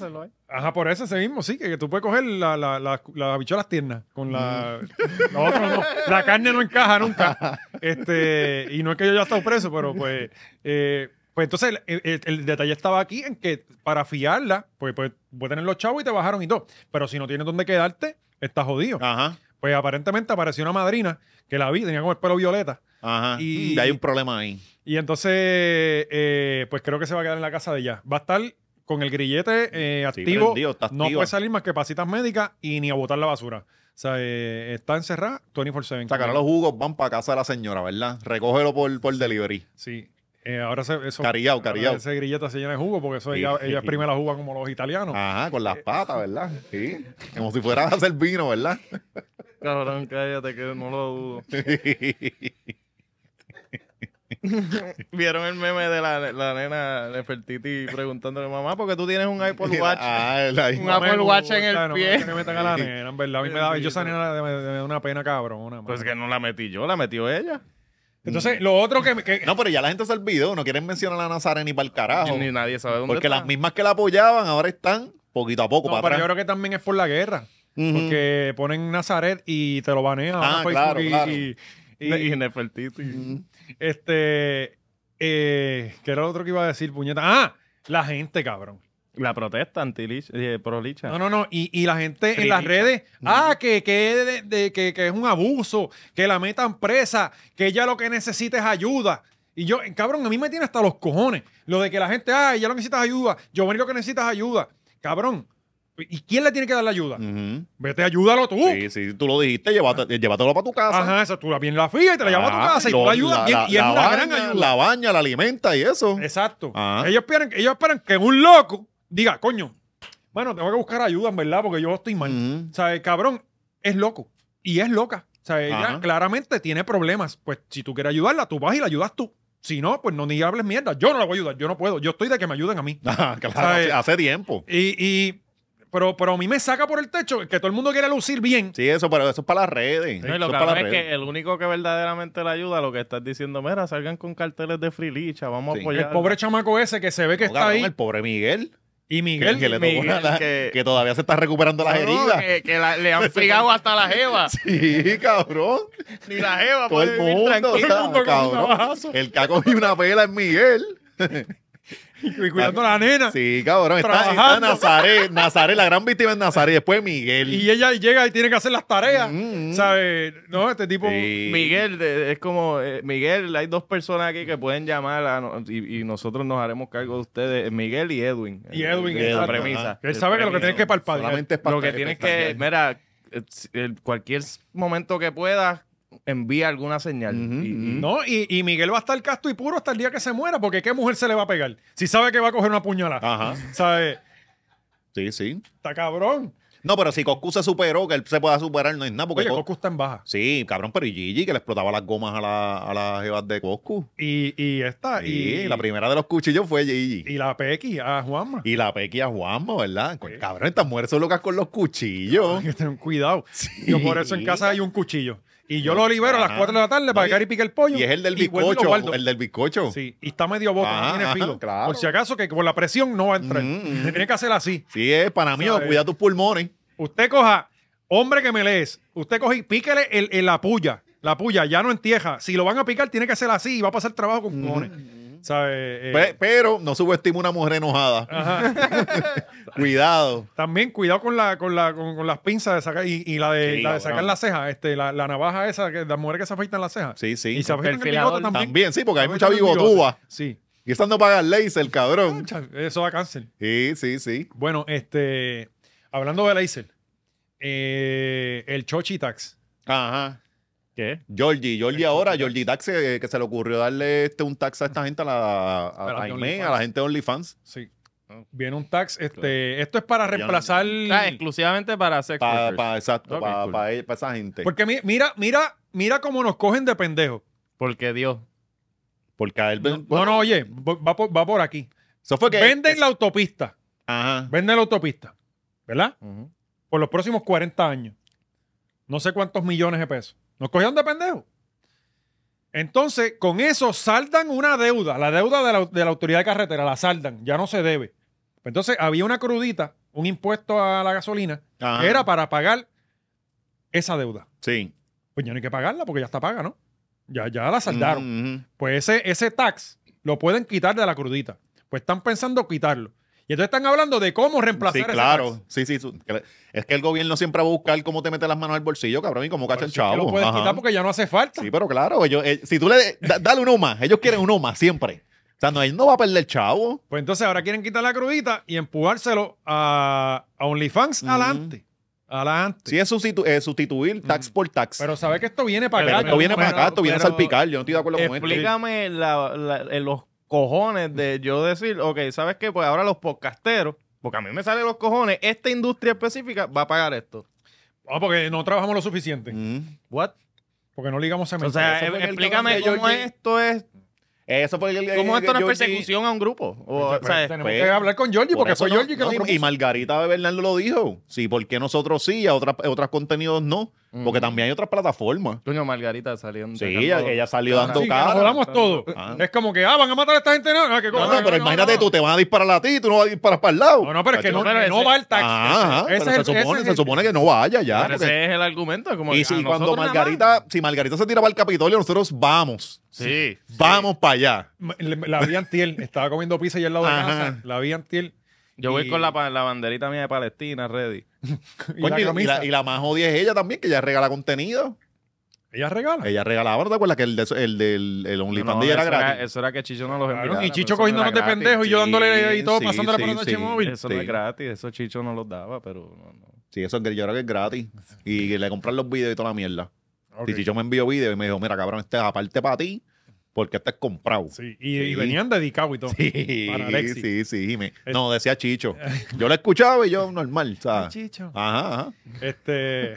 Ajá, por eso ese mismo, sí, que, que tú puedes coger la, la, la, la habichuelas tiernas con la... la otra no. la carne no encaja nunca. este Y no es que yo ya he estado preso, pero pues... eh, pues entonces el, el- el detalle estaba aquí en que para fiarla, pues, pues puedes tener los chavos y te bajaron y todo. Pero si no tienes dónde quedarte, estás jodido. Ajá. Pues aparentemente apareció una madrina que la vi, tenía como el pelo violeta. Ajá. Y- Y hay un problema ahí. Y entonces, eh, pues creo que se va a quedar en la casa de ella. Va a estar con el grillete eh, Sí, activo. prendido, está no activa. puede salir más que para citas médicas y ni a botar la basura. O sea, eh, está encerrada 24-7. Sacaron los jugos, van para casa de la señora, ¿verdad? Recógelo por, por delivery. Sí. Eh, ahora se, eso, Carillao, ahora carillao. Ese grillete se llena de jugo porque eso Sí, ella, sí, ella sí. Ah. exprime la juga como los italianos. Ajá, con Eh. las patas, ¿verdad? Sí. Como si fuera a hacer vino, ¿verdad? Cabrón, cállate, que no lo dudo. ¿Vieron el meme de la, la nena Nefertiti preguntándole, mamá, porque tú tienes un iPod Watch? Ah, la- Un Apple me Watch en gusta, el no me pie. gusta que metan a la nena, en verdad. A mí me da, yo esa nena me, me da una pena cabrona. mano. Pues que no la metí yo, la metió ella. Entonces, lo otro que... que- No, pero ya la gente se olvidó, no quieren mencionar a Nazareni para el carajo. Ni nadie sabe dónde Ah, Porque está. las mismas que la apoyaban ahora están poquito a poco No, pero yo para atrás. creo que también es por la guerra. Ujú. Porque ponen Nazaret y te lo banean Ah, ahora Facebook claro, y, claro. y- y, Y Nefertiti. Ujú. este eh, ¿qué era lo otro que iba a decir, puñeta? Ah, la gente, cabrón. La protesta anti-licha, eh, Ah. pro-licha. No, no, no. Y, y la gente en las redes, ah, que, que, de- de- que, que es un abuso, que la metan presa, que ella lo que necesita es ayuda. Y yo, cabrón, a mí me tiene hasta los cojones. Lo de que la gente, ah, ella lo que necesita es ayuda, Giovanni lo que necesita es ayuda. Cabrón, ¿y quién le tiene que dar la ayuda? Ujú. Vete, ayúdalo tú. Mm. Sí, sí, tú lo dijiste, llévate- llévatelo para tu casa. Uh. Ajá, esa tú la bien la fías y te la llevas a Ah, tu casa y tú lo- la ayudas bien, y es la una baña, gran ayuda. La Ah. baña, la alimenta y eso. Exacto. Ajá. Ellos, esperan, ellos esperan que un loco diga, coño, bueno, tengo que buscar ayuda, en verdad, porque yo estoy mal. Ujú. O sea, el cabrón es loco y es loca. O sea, ella Ajá. claramente tiene problemas. Pues si tú quieres ayudarla, tú vas y la ayudas tú. Si no, pues no ni hables mierda. Yo no la voy a ayudar, yo no puedo. Yo estoy de que me ayuden a mí. Ah, claro, O sea, hace- hace tiempo. Y, y pero, pero a mí me saca por el techo que todo el mundo quiere lucir bien. Sí, eso, pero eso es para las redes. No, y eso lo es que para las es redes. que el único que verdaderamente le ayuda, lo que estás diciendo, mira, salgan con carteles de frilicha, vamos Sí. a El apoyar. El pobre chamaco ese que se ve que No, está cabrón, ahí. El pobre Miguel. Y Que, Miguel, que le tocó Miguel, una- que- que todavía se está recuperando las No, heridas. Que, que la- le han fregado hasta la jeva. Sí, cabrón. Ni la jeva Todo puede el vivir mundo, tranquila. está, mundo con un cabrón. navajazo. El que ha cogido una vela es Miguel. y cuidando a la nena. Ah, Sí, cabrón. Está, está Trabajando. Nazaret. Nazaret, la gran víctima es Nazaret. y Después Miguel. Y ella llega y tiene que hacer las tareas. Mm. ¿Sabes? No, este tipo. Sí. Miguel, de- es como, eh, Miguel, hay dos personas aquí que pueden llamar a no- y, y nosotros nos haremos cargo de ustedes, Miguel y Edwin. Y El- Edwin, el- la exacto, premisa. ajá. Él sabe que lo que premisa. tienes que palpar. Solamente es Lo que pasta- tienes que, pestañear. mira, eh, si- el- cualquier s- momento que puedas, envía alguna señal. Ujú, Y- y- No, y, y Miguel va a estar casto y puro hasta el día que se muera, porque ¿qué mujer se le va a pegar? Si sabe que va a coger una puñalada. Ajá. ¿Sabes? Sí, sí. Está cabrón. No, pero si Coscu se superó, que él se pueda superar, no es nada. Porque Oye, Cos- Coscu está en baja. Sí, cabrón, pero y Gigi, que le explotaba las gomas a, la, a las jevas de Coscu. Y, y esta, Sí, y, la primera de los cuchillos fue Gigi. y la Pequi a Juanma. Y la Pequi a Juanma, ¿verdad? Pues, Cabrón, estas mujeres son locas con los cuchillos. Que tengan cuidado. Yo por eso en casa hay un cuchillo. Y yo lo libero a las Ajá. 4 de la tarde para No, y- que Gary pique el pollo. Ah. Y es el del vuelvo y lo guardo. bizcocho. El del bizcocho. Sí. Sí, y está medio bota, Ah, Ajá, no tiene ajá, filo. claro. Mm, Por si acaso que por la presión no va a entrar. Ujú, ujú. Se tiene que hacer así. es para mí, ¿Sabes? cuida tus pulmones. Usted coja, hombre que me lees, usted coge y píquele el, el- la puya. La puya, ya no entieja. Si lo van a picar, tiene que hacer así y va a pasar trabajo con Mm, cojones. ¿Sabe? Eh, Pe- pero no subestimo una mujer enojada. Ah, ajá. Cuidado. También cuidado con la, con la, con, con las pinzas de sacar y, y la de, Sí, la de sacar cabrón. la ceja, este, la, la navaja esa, que las mujeres que se afeitan la ceja. Sí, sí. Y se afeitan el perfilador bigote también. También, sí, porque hay Se mucha afeitan el bigote. bigotúa. Sí. Y están no pagan laser, cabrón. Eso da cáncer. Sí, sí, sí. Bueno, este, hablando de Laser, eh, el Chochi Tax. Ajá. ¿Qué? Georgie, Georgie ahora, Georgie Tax, eh, que se le ocurrió darle este, un tax a esta gente, a la, a, A las de a Aimee, OnlyFans. a la gente de OnlyFans, Sí. Oh. Viene un tax. Este, esto es para no- reemplazar. Ah, exclusivamente para sex para workers. exacto, Ok, para cool. esa gente. Porque mi- mira, mira, mira cómo nos cogen de pendejo. Porque Dios. Porque a él, No, no, oye, va por, va por aquí. eso fue que. Venden la autopista. Ajá. Venden la autopista. ¿Verdad? Por los próximos 40 años. No sé cuántos millones de pesos. Nos cogieron de pendejo. Entonces, con eso saldan una deuda, la deuda de la, de la autoridad de carretera, la saldan, ya no se debe. Entonces, había una crudita, un impuesto a la gasolina, Ajá. que era para pagar esa deuda. Sí. Pues ya no hay que pagarla porque ya está paga, ¿no? Ya, ya la saldaron. Mm, mm. Pues ese, ese tax lo pueden quitar de la crudita. Pues están pensando quitarlo. Y entonces están hablando de cómo reemplazar Sí, ese claro. tax. Sí, sí. su- que le- Es que el gobierno siempre va a buscar cómo te mete las manos al bolsillo, cabrón, y cómo cacha Por el eso es que chavo. lo puedes Ajá. quitar porque ya no hace falta. Sí, pero claro, ellos, eh, si tú le da- dale uno más, ellos quieren uno más siempre. O sea, no, él no va a perder chavo. Pues entonces ahora quieren quitar la crudita y empujárselo a, a OnlyFans adelante. Adelante. Sí, es sustitu- eh, sustituir tax por tax. Mm. Pero, Pero sabe que esto viene para Pero acá. esto viene para pero- acá, esto viene pero- a salpicar. Yo no estoy de acuerdo con esto. Explícame la- la- eh, los cojones de yo decir, ok, ¿sabes qué? Pues ahora los podcasteros, porque a mí me salen los cojones, esta industria específica va a pagar esto. Ah, porque no trabajamos lo suficiente. Mm. What? Porque no ligamos cemento. O sea, Eso fue eh, que el explícame cabrón de cómo Georgie- esto es, Eso fue el, el- cómo esto no es Georgie- persecución a un grupo. O, Pero o sea, tenemos pues, que hablar con Georgie Por porque eso fue no- Georgie que no, lo y- propuso. y, Margarita Bernal lo dijo. Sí, porque nosotros sí, a otras, a otros contenidos no. Porque Mm. también hay otras plataformas. Coño, Margarita saliendo. Sí, ella, ella salió dando Sí, que nos cara. hablamos todo. Ah. Es como que, ah, van a matar a esta gente. No, Ah, qué No, cosa. no, pero imagínate tú, te van a disparar a ti, tú no vas a disparar para el lado. No, no, pero es que no, Pero no ese- va el tax. Ajá, Ese pero es se el- ese supone, es se el- supone que no vaya ya. Pero porque- ese es el argumento. Como y que a si cuando nosotros nada Margarita, más. si Margarita se tira para el Capitolio, nosotros vamos. Sí. Vamos para allá. Le- La vi antiel. Estaba comiendo pizza y al lado de Ajá. casa. La vi antiel. Yo voy Y- con la, pa- la banderita mía de Palestina, ready. Y Coño, la y, y camisa. la, y la más jodida es ella también, que ella regala contenido. Ella regala. Ella regalaba, ¿no te acuerdas que el, de, el del el OnlyFans No, de ella era eso gratis? Eso era que Chicho no los Pues Claro, enviaba. y Chicho cogiéndonos de pendejo y yo dándole y todo, sí, pasándole por sí, la noche sí. móvil. Eso Sí. no es gratis, eso Chicho no los daba, pero no, no. Sí, eso es que yo creo que es gratis. Y le compran los videos y toda la mierda. Ok. Y Chicho me envió videos y me dijo, mira, cabrón, este es aparte para ti, porque este es comprado. Sí, y, y Sí. venían dedicados y todo. Sí, Para Alexis. sí, sí. me- No, decía Chicho. Yo lo escuchaba y yo normal, Ay, ¿sabes? Este, Chicho. Ajá, ajá. Este.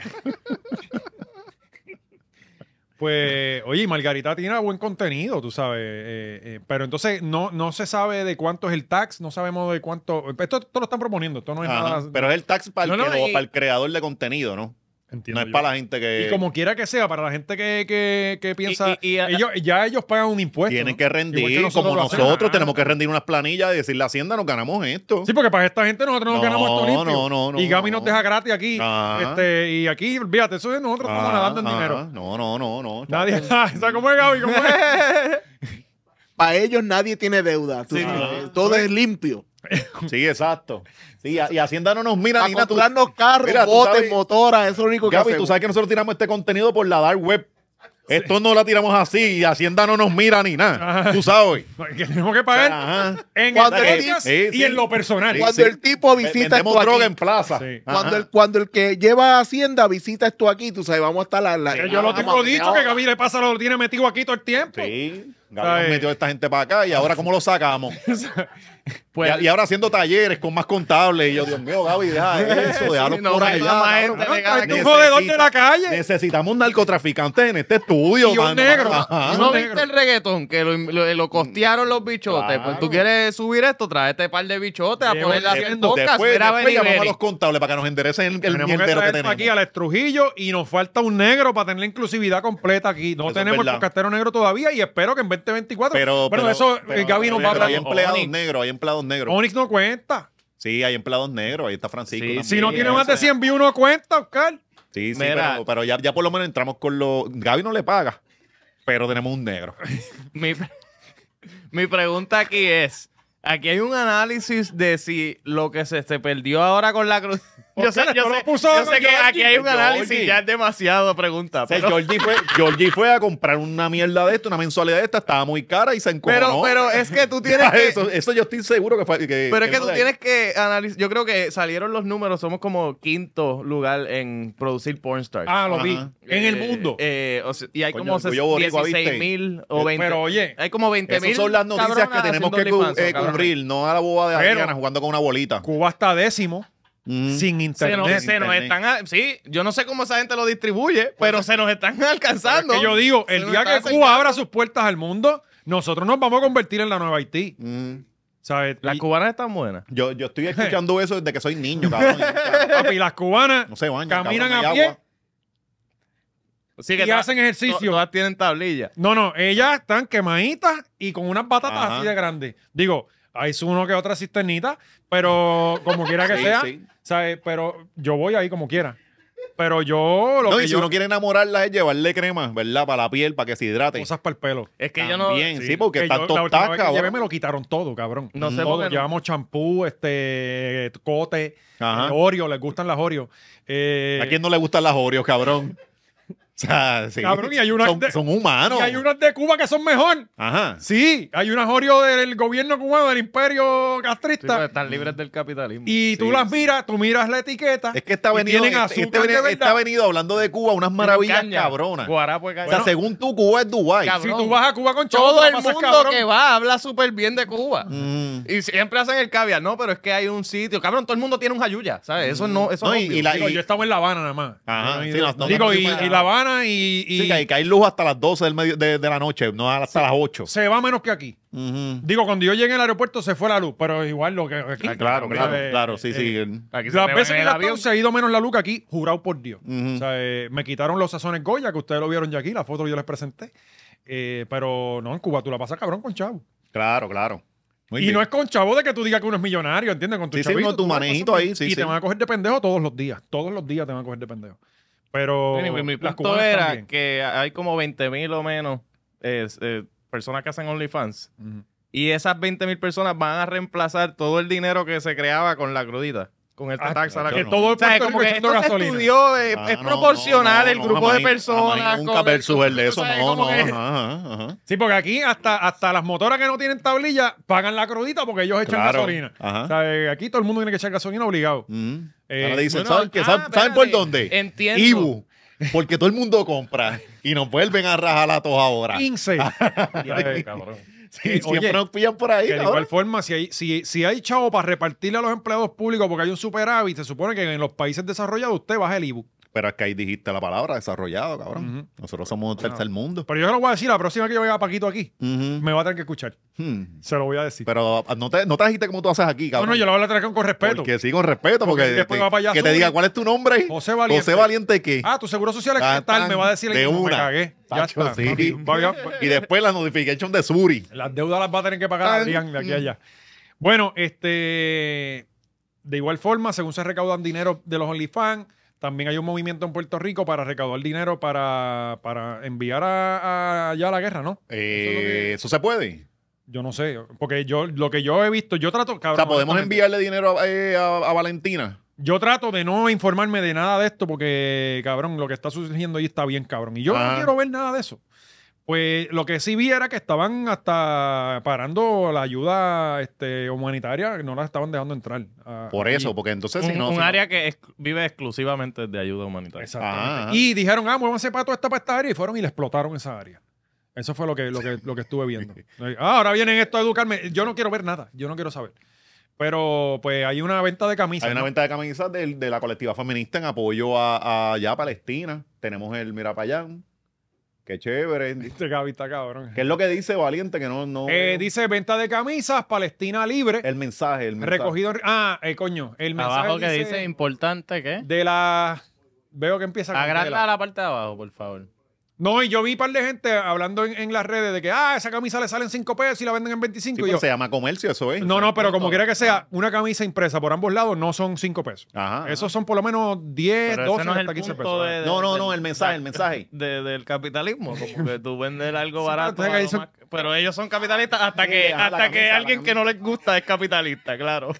Pues, oye, y Margarita tiene buen contenido, tú sabes. eh, eh, pero entonces no, no se sabe de cuánto es el tax, no sabemos de cuánto. Esto, esto lo están proponiendo, esto no es Ajá, nada. Pero es el tax para el, No, no, que lo- y- para el creador de contenido, ¿no? entiendo no es yo. para la gente que Y como quiera que sea, para la gente que, que- que piensa. y- y- ellos, ya ellos pagan un impuesto. tienen ¿no? que Igual rendir. que nosotros como lo hacemos. nosotros tenemos que rendir unas planillas y decirle a Hacienda, nos ganamos esto. Sí, porque para esta gente nosotros nos No, ganamos esto limpio. no, no, no, y Gami nos no. deja gratis aquí. Ajá. Este, y aquí, fíjate, eso es nosotros estamos Ah, nadando en ah, dinero. No, no, no, no. Nadie. ah, ¿Sabes cómo es Gaby? ¿Cómo es? Para ellos nadie tiene deuda. tú Sí, sabes. no. Todo es limpio. Sí, exacto. Sí, a- y Hacienda no nos mira Para ni nada. Tú- comprarnos carros, Mira, tú botes, sabes- motoras, eso es lo único que Gaby, tú hacemos. sabes que nosotros tiramos este contenido por la dark web. Esto no la tiramos así y Hacienda no nos mira ni nada. Ajá. Tú sabes. No, Pues, que tenemos que pagar Ajá. en el Cuando el- podcast sí, y sí. en lo personal. Sí, cuando sí. el tipo V- visita Vendemos esto aquí, droga en plaza. Sí. Ajá. cuando, el, cuando el que lleva a Hacienda visita esto aquí, tú sabes, vamos a estar la... la- Que yo lo ah, tengo vamos, dicho, que Gaby le pasa, lo tiene metido aquí todo el tiempo. Sí. Ay. Gaby nos metió a esta gente para acá y ahora cómo lo sacamos. Pues- y, y ahora haciendo talleres con más contables. Y yo, Dios mío, Gaby, deja eso, déjalo Sí, no, por no, allá. no, más cabrón. gente legal Hay aquí. un Ah, jodedor de la Necesita- calle. Necesitamos narcotraficantes en este estudio. Y un mano. negro. Ajá. Y ¿No un negro. viste el reggaetón? Que lo, lo- lo costearon los bichotes. Claro. Pues tú quieres subir esto, trae este par de bichotes a Llevo ponerle a hacer diciendo, podcast. Después, Mira, después Benny llamamos a Benny. los contables para que nos enderecen el, el tenemos que mierdero que, traer tenemos. aquí al Estrujillo y nos falta un negro para tener la inclusividad completa aquí. No Eso es tenemos el verdad. podcastero negro todavía y espero que en 2024. bueno, Pero, pero- eso pero- eh, Gaby nos va a pero hablar. Hay empleados Onyx. negros, hay empleados negros. Onyx no cuenta. Sí, hay empleados negros, ahí está Francisco. Sí, también. Si no tiene más de Ese- 100 views, no cuenta, Oscar. Sí, sí, Mira. pero, pero ya, ya por lo menos entramos con los. Gaby no le paga, pero tenemos un negro. Mi, pre- mi pregunta aquí es: aquí hay un análisis de si lo que se, se perdió ahora con la cruz. Yo sé, Oscar, yo esto sé- lo puso yo sé que Georgie. aquí hay un análisis, Georgie. ya es demasiado pregunta. O sea, Pero, Georgie, fue, Georgie fue a comprar una mierda de esto, una mensualidad de esta, estaba muy cara y se pero, encojonó. pero es que tú tienes que. eso, eso yo estoy seguro que fue. que- Pero es que no tú le- tienes que analizar. Yo creo que salieron los números. Somos como quinto lugar en producir pornstars. Ah, lo Ajá. vi. En el Eh, mundo. eh, o sea, y hay Coño, como el cuello boricua, 16 mil o Eh, 20. pero oye, hay como 20 mil. Esas son las noticias que cabronas tenemos que haciendo cu- OnlyFans, eh, cabrones. cubrir, no a la boba de Pero- Adriana jugando con una bolita. Cuba está décimo Mm. sin Se internet. nos, se nos Internet. están. a- sí, yo no sé cómo esa gente lo distribuye, pero se nos están alcanzando. Que yo digo, Se el nos día que están Cuba abra sus puertas al mundo, nosotros nos vamos a convertir en la nueva Haití. Mm. ¿Sabes? Las Y- cubanas están buenas. Yo, yo estoy escuchando eso desde que soy niño, cabrón. papi, las cubanas No se bañan. caminan cabrón, a hay pie agua. Así y hacen ejercicio. Todas tienen tablilla. No, no, ellas están quemaditas y con unas batatas Ajá. así de grandes. Digo, hay su uno que otra cisternita, pero como quiera que Sí, sea, sí. ¿sabes? Pero yo voy ahí como quiera. Pero yo lo No, que y si yo uno quiere enamorarla es llevarle crema, ¿verdad? Para la piel, para que se hidrate. cosas para el pelo. Es que yo no. También, sí, Que porque yo, tanto la última vez que taca, llevé me lo quitaron todo, cabrón. No sé Todo. por qué no. Llevamos champú, este, cote, Ajá. eh, Oreo, les gustan las Oreo. Eh, ¿A quién no le gustan las Oreos, cabrón? O sea, sí. Cabrón, y hay unas son, de- son humanos. y hay unas de Cuba que son mejor. Ajá. Sí, hay unas Oreo del gobierno cubano, del imperio Sí, castrista. porque están libres del capitalismo. y tú sí, las miras, tú miras la etiqueta. Es que está y venido, tienen este- azúcar este de venido- verdad. está venido hablando de Cuba unas maravillas Caña, cabronas. Guarapo de O caña. sea, según tú, Cuba es Dubái. Cabrón. si tú vas a Cuba con chavos, pues, todo te el la pasas mundo cabrón. que va habla súper bien de Cuba. Mm. Y siempre hacen el caviar. No, pero es que hay un sitio. Cabrón, todo el mundo tiene un jayuya, ¿sabes? Eso no. Eso Mm. No, es y- obvio. y la- Digo, yo estaba en La Habana nada más. Ajá, Yo no he sí, ido- no, no, Digo, no, y, no, y La Habana y, y Sí, que hay, que hay luz hasta las 12 del medio- de, de la noche, no a- hasta las 8. se va menos que aquí. Ujú. Ah, Digo, cuando yo llegué al aeropuerto se fue la luz, pero igual lo que... aquí, Claro, claro, ¿sabes? claro, sí, Ah, Eh, sí. Aquí se te Las va veces en que el gastado avión. se ha ido menos la luz que aquí, jurado por Dios. Ujú. O sea, eh, me quitaron los sazones Goya, que ustedes lo vieron ya aquí, la foto que yo les presenté. Eh, pero no, en Cuba tú la pasas cabrón con chavo. Claro, claro. Muy y bien. no es con chavo de que tú digas que uno es millonario, ¿entiendes? Con tu Sí, sí, chavito, no, tú tu la pasas manejito bien. ahí, sí, Y sí. te van a coger de pendejo todos los días. Todos los días te van a coger de pendejo. Pero Anyway, mi las punto cubanas era también. que hay como 20 mil o menos eh, eh, personas que hacen OnlyFans. Ujú. Y esas 20 mil personas van a reemplazar todo el dinero que se creaba con la crudita. Con el Ah, tax a la que no. todo el O sea, Puerto como Rico que echando esto se gasolina. estudió, eh, Ah, es no, proporcional no, el no, grupo jamás- de personas. jamás con Nunca el- versus el de eso, ¿sabes? no, Como no. que- ajá, ajá. Sí, porque aquí hasta, hasta las motoras que no tienen tablilla pagan la crudita porque ellos echan Claro. gasolina. Ajá. O sea, eh, aquí todo el mundo tiene que echar gasolina obligado. Mm. Eh, Ahora dicen, bueno, ¿saben, qué? ah, ¿Saben- ¿saben por espérate. dónde? Entiendo. Ibu. Porque todo el mundo compra y nos vuelven a rajar a todos ahora. 15. Eh, Sí, Eh, siempre oye, nos pillan por ahí. Que de cabrón. igual forma, si hay, si, si hay chavo para repartirle a los empleados públicos porque hay un superávit, se supone que en los países desarrollados usted baja el IBU. Pero es que ahí dijiste la palabra desarrollado, cabrón. Nosotros somos un tercer mundo. Pero yo lo voy a decir, la próxima que yo vea a Paquito aquí, Ujú. me va a tener que escuchar. Hmm. Se lo voy a decir. Pero ah, no, te, no trajiste como tú haces aquí, no, cabrón. no, yo lo voy a traer con con respeto. Porque sí, con respeto, porque, Porque después te- va para allá que te Zuli. diga cuál es tu nombre. José Valiente. José Valiente qué. Ah, tu seguro social es Ah, que tal, tan, me va a decir de que me una. cagué. Ya Tacho, está. sí. papi. Va- va- Y después la notification de Suri. Las deudas las va a tener que pagar Tan. Adrián de aquí a allá. Bueno, este. De igual forma, según se recaudan dinero de los OnlyFans, también hay un movimiento en Puerto Rico para recaudar dinero para, para enviar a, a- allá a la guerra, ¿no? Eh, eso se puede. Yo no sé, porque yo lo que yo he visto, yo trato, O cabrón, sea, podemos honestamente, enviarle dinero a, eh, a- a Valentina. Yo trato de no informarme de nada de esto porque, cabrón, lo que está surgiendo ahí está bien, cabrón. Y yo Ah. no quiero ver nada de eso. Pues lo que sí vi era que estaban hasta parando la ayuda este, humanitaria, que no la estaban dejando entrar. Ah, Por y- eso, porque entonces un, si no. un si no- área que ex- vive exclusivamente de ayuda humanitaria. Exactamente. Ah. Y dijeron, ah, muévanse para toda esta, para esta área, y fueron y le explotaron esa área. Eso fue lo que, lo que, lo que estuve viendo. Ah, ahora vienen esto a educarme. Yo no quiero ver nada, yo no quiero saber. Pero pues hay una venta de camisas. Hay una ¿no? venta de camisas del- de, la colectiva feminista en apoyo a, a allá a Palestina. Tenemos el Mira Payán. Qué chévere. Este Gaby está cabrón. ¿Qué es lo que dice Valiente? Que no. no Eh, dice venta de camisas, Palestina libre. el mensaje. El mensaje. recogido. en- Ah, eh, coño. El mensaje Abajo que dice, dice importante que de la. Veo que empieza con agranda tela. la parte de abajo, por favor. No, y yo vi un par de gente hablando en, en las redes de que, ah, esa camisa le salen 5 pesos y la venden en Sí, pues, 25. pero y yo, se llama comercio, eso es. no, no, pero como punto. quiera que sea, una camisa impresa por ambos lados no son 5 pesos. Ajá. Esos son por lo menos 10, Pero ese 12, no es hasta el 15 punto pesos. de- No, no, no, del- el mensaje, el mensaje. de- del capitalismo, como que tú vendes algo Sí, barato. pero a entonces lo son- más- Pero ellos son capitalistas hasta Sí, que, ajá, la hasta camisa, que la alguien que camisa. no les gusta es capitalista, claro.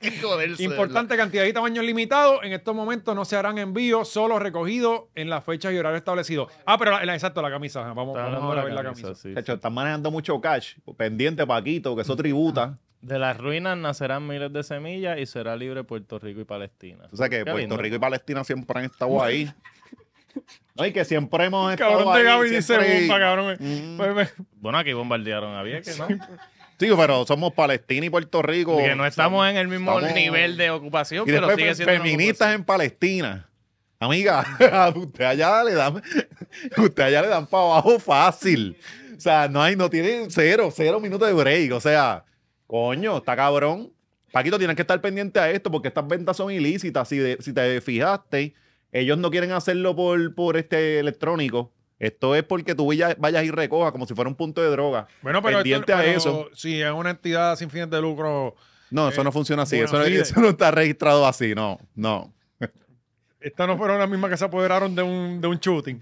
Qué joderse, Importante cantidad y tamaño limitado. En estos momentos no se harán envíos, solo recogidos en las fechas y horario establecidos. Ah, pero la- la- exacto, la camisa. ajá, Vamos, ¿verdad? vamos ahora a ver la camisa. sí. Chacho, están manejando mucho cash. Pendiente, Paquito, que eso tributa. De las ruinas nacerán miles de semillas y será libre Puerto Rico y Palestina. O sea que Qué Puerto lindo. Rico y Palestina siempre han estado ahí. No, y que siempre hemos estado Cabrón de ahí, Gaby dice siempre- bomba, cabrón. Mm. Pues me- Bueno, aquí bombardearon a Vieques, ¿no? Sí, pero somos Palestina y Puerto Rico. Que no estamos en el mismo Estamos- nivel de ocupación, Y pero después sigue fe- siendo pues. una feministas en Palestina. Amiga, a usted allá le dan, usted allá le dan para abajo fácil. O sea, no hay, no tienen cero, cero minutos de break. O sea, coño, está cabrón. Paquito, tienes que estar pendiente a esto porque estas ventas son ilícitas. Si, de- si te fijaste, ellos no quieren hacerlo por, por este electrónico. Esto es porque tú vaya- vayas y recojas como si fuera un punto de droga. bueno, pero, Pendiente a pero eso. si es una entidad sin fines de lucro, No, Eh, eso no funciona así. bueno, Eso, no- sí, de- eso no está registrado así. No, no. estas no fueron las mismas que se apoderaron de un, de un shooting.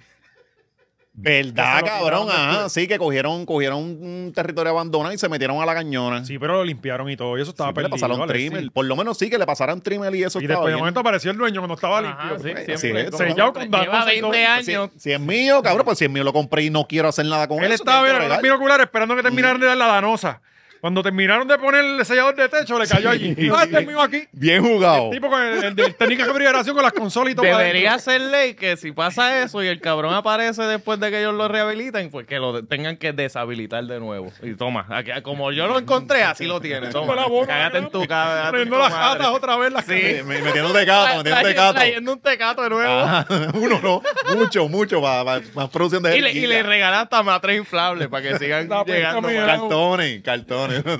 ¿Verdad, Que se lo cabrón? quitaron Ajá, después. sí, que cogieron, cogieron un territorio abandonado y se metieron a la cañona. Sí, Sí, pero lo limpiaron y todo, y eso estaba pero le perdido. pasaron ¿vale? trimmer. Sí. Por lo menos sí que le pasaron trimmer y eso Y estaba después de bien. momento apareció el dueño cuando estaba Ajá, limpio. sí, Bueno, siempre, sí, como sellado siempre. con Danone, Lleva sellado. 20 Si, años. si es mío, cabrón, pues si es mío lo compré y no quiero hacer nada con Él eso, estaba tengo que en el bregar. binocular esperando que terminaran de dar la danosa. Cuando terminaron de poner el sellador de techo, le cayó allí. Ah, este es mío aquí. Bien jugado. Tipo con el, el de técnica de refrigeración con las consolas y todo. para Debería adentro. ser ley que si pasa eso y el cabrón aparece después de que ellos lo rehabilitan, pues que lo de- tengan que deshabilitar de nuevo. Y toma, aquí- como yo lo encontré, así lo tienes. Toma, Con la boca, cágate en tu cara. Poniendo las jatas otra vez. Las Sí, me- Metiéndote gato, metiéndote gato. Trayendo un tecato de nuevo. Ajá, Uno no, mucho, mucho, más, más, más producción de Y le, y jerguilla. le regalan hasta matres inflables para que sigan La puerta llegando. mía. más. Cartones, cartones. No,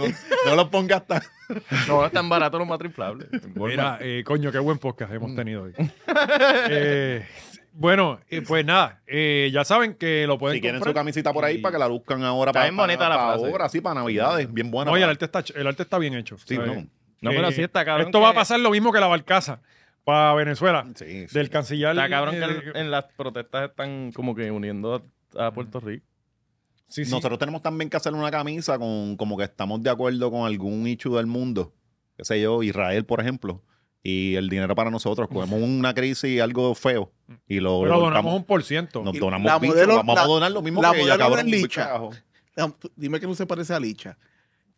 no los pongas tan. No, es tan barato los matres inflables. Mira, eh, coño, qué buen podcast Mm. hemos tenido hoy. Eh, bueno, eh, pues nada, eh, ya saben que lo pueden Si quieren su comprar. camisita por ahí Y- para que la buscan ahora. Está para, bien bonita para- la para frase. Ahora sí, para Navidades. Bien buena. No, y el eh. para- arte está, ch- el arte está bien hecho. Sí, ¿sabes? no. No, pero sí está cabrón Esto va a que- pasar lo mismo que la barcaza para Venezuela. Sí, sí. Del canciller. Está cabrón que eh, en, en las protestas están como que uniendo a, a Puerto Rico. sí, sí. Nosotros tenemos también que hacer una camisa con como que estamos de acuerdo con algún issue del mundo. Qué sé yo, Israel, por ejemplo. Y el dinero para nosotros. Cogemos una crisis, algo feo. Y lo. Pero lo donamos volcamos. un por ciento. Nos Y donamos la bicho, modelo- Vamos a la- donar lo mismo la que ella, modelo no cabrón. es licha. carajo. Dime que no se parece a Licha.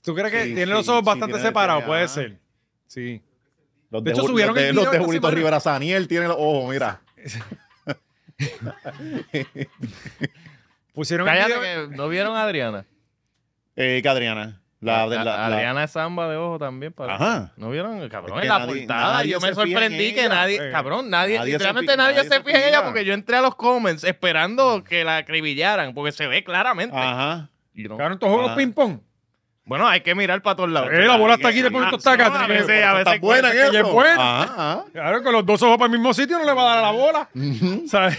¿Tú crees que Sí, tiene sí, los ojos sí, bastante tiene- separados? tiene- Puede ah. ser. Sí. Los De hecho, Ju- subieron los el de, los video de esta Julito semana. Rivera Saniel tiene los ojos, mira. Pusieron el Cállate video- que no vieron a Adriana. Eh, que Adriana. La, de- A- la- la- Adriana es samba de ojo también. Para Ajá. ¿No vieron? Cabrón, Es que en la nadie- portada nadie yo se me fija en sorprendí que ella, nadie, eh. cabrén, pues. nadie, Nadie se literalmente fi- nadie, nadie se se fija en ella fija. porque yo entré a los comments esperando que la acribillaran porque se ve claramente. Ajá. Y no. Cabrón, estos juegos Ah. ping-pong. Bueno, hay que mirar para todos lados. Eh, la bola está aquí, de Ah, pronto está acá. no, a veces, a Está buena veces cuenta en que ella es eso. buena. Ajá, ajá. Claro, con los dos ojos para el mismo sitio no le va a dar a la bola. ¿Sabes?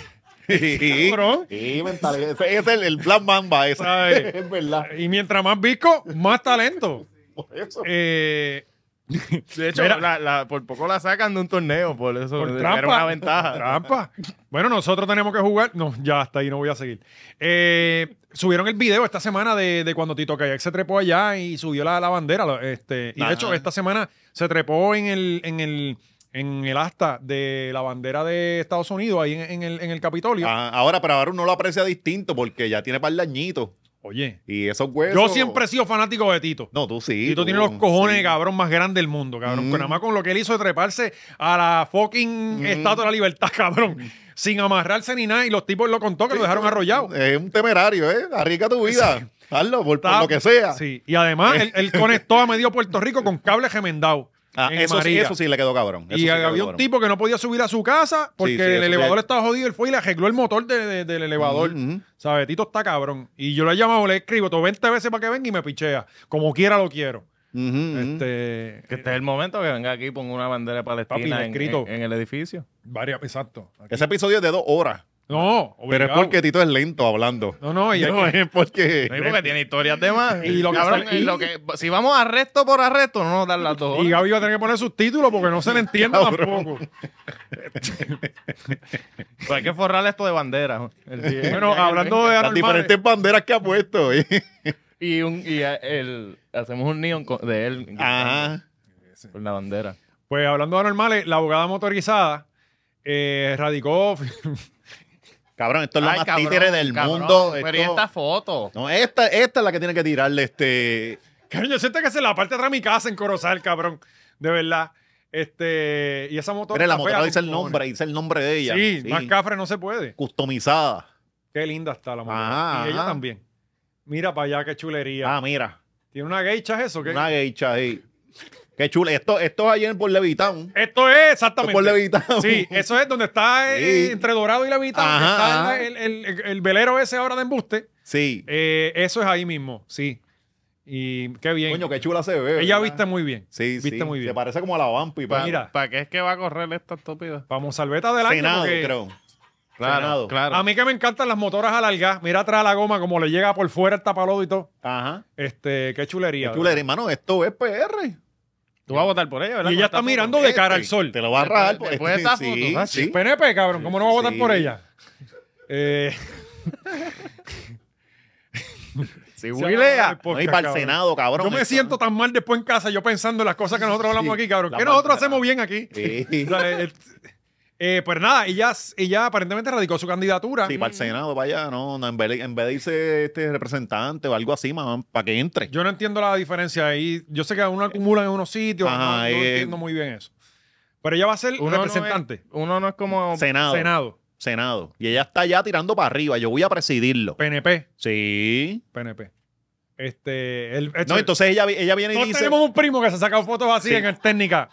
Sí, Cabrón. Ah. sí, mentalidad. Ese es el, el plan mamba ese. Ay. Es verdad. Y mientras más visco, más talento. Por eso. Eh, De hecho, Mira. la- la- por poco la sacan de un torneo, por eso Por era una trampa. ventaja. Trampa. Bueno, nosotros tenemos que jugar. No, ya hasta ahí no voy a seguir. Eh, subieron el video esta semana de, de cuando Tito Kayak se trepó allá y subió la, la bandera. lo- Este, y de Ajá. hecho, esta semana se trepó en el, en el, en el asta de la bandera de Estados Unidos, ahí en, en el, en el Capitolio. Ah, ahora, pero ahora uno lo aprecia distinto porque ya tiene par de añitos. Oye, Y esos huesos. yo siempre he sido fanático de Tito. No, tú sí. Tito tú, tiene los cojones, sí. cabrón, más grandes del mundo, cabrón. Mm. Con nada más con lo que él hizo de treparse a la fucking Mm. Estatua de la Libertad, cabrón. Sin amarrarse ni nada. Y los tipos lo contó que lo dejaron arrollado. Es un temerario, ¿eh? Arriesga tu vida. Hazlo, por, por Está- lo que sea. Eh. Sí. Y además, él, él conectó a medio Puerto Rico con cable gemendado. Ah, en eso, sí, María. eso sí le quedó cabrón. Eso Y sí le quedó había un cabrón. tipo que no podía subir a su casa porque Sí, sí, el eso sí. elevador estaba jodido. Él fue y le arregló el motor de- de- del elevador. Ujú. ¿Sabes? Tito está cabrón. Y yo lo he llamado, le escribo, todo 20 veces para que venga y me pichea. Como quiera lo quiero. Ujú, ujú. Este. Que este es el momento que venga aquí y ponga una bandera palestina Papi, en, escrito. en- en el edificio. Varias, exacto. Aquí. Ese episodio es de dos horas. No, Pero es obligado. porque Tito es lento hablando. No, no, y, No, es porque. No digo que tiene historias de más. Y lo que Cabrón, sale- y lo que- si vamos arresto por arresto, no nos dan las dos. y horas. Gaby va a tener que poner sus títulos porque no se le entiende Cabrón. tampoco. Pues hay que forrar esto de bandera. el día- el Bueno, día que hablando venga. de Las anormales, diferentes banderas que ha puesto. ¿eh? Y, un, y a- el, hacemos un neon con- de él. Ajá. Con la bandera. pues hablando de anormales, la abogada motorizada eh, radicó. Cabrón, esto es lo Ay, más cabrón, títere del cabrón, mundo. Pero y Esto- esta foto. No, esta, esta es la que tiene que tirarle este. Cabrón, yo siento que se la parte de atrás de mi casa en Corozal, cabrón. De verdad. Este, y esa motora. Mira, la está motora fea dice con el nombre, dice el nombre de ella. cojones. Sí, más cafre no se puede. Customizada. Qué linda está la motora. Ajá, y ella ajá. también. Mira para allá, qué chulería. Ah, mira. ¿Tiene una geisha eso? ¿Qué? Una geisha ahí. Qué chula. Esto, esto es ayer por Levitown. Esto es Esto exactamente. es por Levitown. Sí, eso es donde está eh, Sí. entre Dorado y la Vita, donde Ajá, está ajá. El, el- el- el velero ese ahora de embuste. Sí. Eh, eso es ahí mismo, sí. Y qué bien. Coño, qué chula se ve. Ella ¿verdad? viste muy bien. Sí, viste sí. muy bien. Se parece como a la Vampi. Pa- pa- mira. ¿Para qué es que va a correr esta estúpida? Vamos, salveta del año. Senado, porque creo. Claro, Senado. claro. A mí que me encantan las motoras alargadas. Mira atrás la goma, como le llega por fuera el tapalodo y todo. Ajá. Este, qué chulería. Qué chula, hermano. Esto es PR. Tú vas a votar por ella, ¿verdad? Y ella Con está esta mirando foto. de cara al Este, sol. Te lo va a Después- rajar. después de esta sí, foto, ah, sí. PNP, cabrón, ¿cómo no va a votar Sí. por ella? Eh, Si se huilea. acabó el podcast, No, y para el cabrón. Senado, cabrón. Yo me Esto- siento tan mal después en casa, yo pensando en las cosas que nosotros hablamos Sí, aquí, cabrón. la Que nosotros maldad. hacemos bien aquí. Sí. O sea, eh, eh, pues nada, ella, ella aparentemente radicó su candidatura. Sí, para el Senado, para allá, no, no, en, vez de, en vez de irse este representante o algo así, mamá, para que entre. Yo no entiendo la diferencia ahí. Yo sé que uno acumula en unos sitios, Ajá, no, no eh, entiendo muy bien eso. Pero ella va a ser Uno no es- representante, uno no es como. Senado, Senado. Senado, Y ella está ya tirando para arriba. Yo voy a presidirlo. PNP, Sí. PNP. Este, el, No, entonces ella, vi- ella viene y Todos dice. tenemos un primo que se ha sacado fotos así Sí. en el técnica.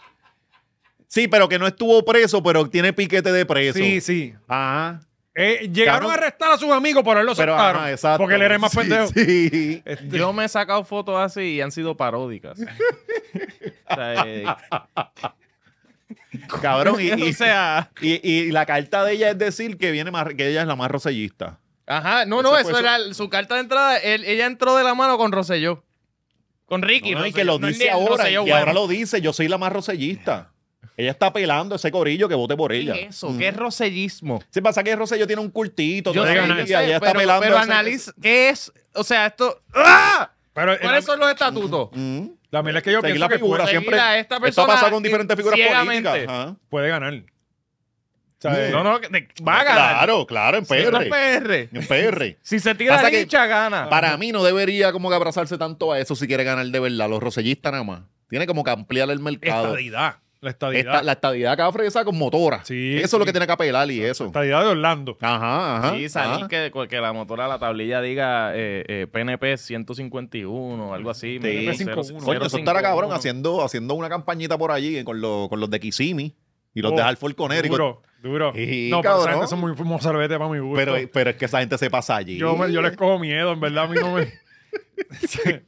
Sí, pero que no estuvo preso, pero tiene piquete de preso. Sí, sí. Ajá. Eh, llegaron Cabrón. a arrestar a sus amigos, pero él lo Pero, soltaron. ajá, exacto. Porque él era el más Sí, pendejo. Sí. Este, Yo me he sacado fotos así y han sido paródicas. o sea, eh, Ah, Cabrón, y, y- o sea, y- y la carta de ella es decir que viene más, que ella es la más rosellista. ajá, no, no, Ese eso fue era su carta de entrada. él- ella entró de la mano con Rosselló. Con Ricky. No, no, y Rosselló. que lo No es dice ni el ahora, y Rosselló bueno. ahora lo dice, yo soy la más rosellista. Ella está apelando a ese corillo que vote por ¿Qué ella. es eso? ¿Qué es Mm. rosellismo? Se pasa que Rosselló tiene un cultito, Yo sé, todavía, yo y sé, ella está pero, apelando pero a ese- analiza, ¿qué es? O sea, esto... ¡Ah! pero en la- ¿Cuáles son los estatutos? Mm. La mierda es que yo Seguir pienso la que figura puede, Seguir siempre. a esta Esto persona ha pasado con diferentes figuras ciegamente. políticas. ajá. puede ganar. Eh, No, no, que te- va a ganar. Claro, claro, en Si no Ah, pues. PR. es PR. En PR. Si se tira Pasa la que- hincha, gana. Para mí no debería como que abrazarse tanto a eso si quiere ganar de verdad. Los rosellistas nada más. Tiene como que ampliar el mercado. Estadidad. La estadidad. Esta- la estadidad acá fresa con motora. Sí, eso es lo sí. que tiene que apelar y eso. estadidad de Orlando. Ajá, ajá. Sí, salir ajá. que, pues, que la motora, la tablilla diga eh, eh, PNP 151 o algo así. Sí. 051. Coño, eso estará cabrón haciendo, haciendo una campañita por allí eh, con, los- con los de Kissimmee y los de Oh, Hartford Connecticut. Duro, duro. Sí, no, pero esa cabrón. gente son muy mozarbete para mi gusto. Pero, pero es que esa gente se pasa allí. yo, me- yo les cojo miedo, en verdad, a mí no me...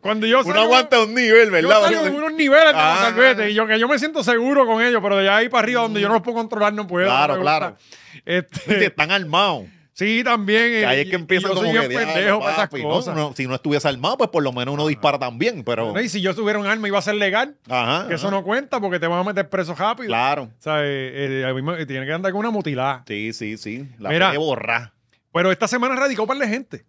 Cuando yo Uno salgo- aguanta un nivel, Yo ¿verdad? salgo en unos niveles de Ah. mozarbete y yo, que yo me siento seguro con ellos, pero de allá ahí para arriba donde yo no los puedo controlar no puedo. Claro, no me gusta. claro. Este, Sí, Están armados. sí, también. Que ahí eh, es y- que y empiezan yo como soy que bien "Diablo, pendejo para esas papi, no, cosas. no, si no estuviese armado, pues por lo menos uno dispara también, pero. No, Y si yo tuviera un arma iba a ser legal, Ajá. que eso ajá. no cuenta porque te van a meter preso rápido. Claro. O sea, eh, eh, a mí me- tiene que andar con una mutilada. Sí, sí, sí. La Mira. Mira. borrar. Pero esta semana radicó para la gente.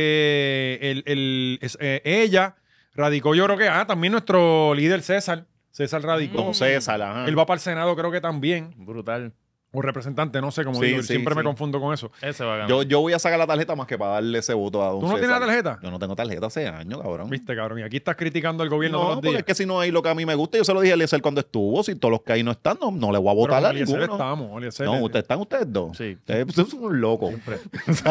Este, el, el- es- eh, ella radicó, yo creo que, ah, también nuestro líder César. César radicó. Don César, ajá. Él va para Mm. el Senado, creo que también. Brutal. O representante, no sé cómo Sí, digo. sí, Siempre me sí. confundo con eso. Ese va a ganar. Yo, yo voy a sacar la tarjeta más que para darle ese voto a Don ¿Tú no tienes César. la tarjeta? Yo no tengo tarjeta hace años, cabrón. Viste, cabrón. Y aquí estás criticando al No, gobierno todos los porque días. es que si no hay lo que a mí me gusta, yo se lo dije a Eliezer cuando estuvo. Si todos los que ahí no están, no, no le voy a Pero votar con a Eliezer ninguno. estamos. Eliezer. No, ustedes están ustedes dos. Sí. Ustedes ustedes son un loco.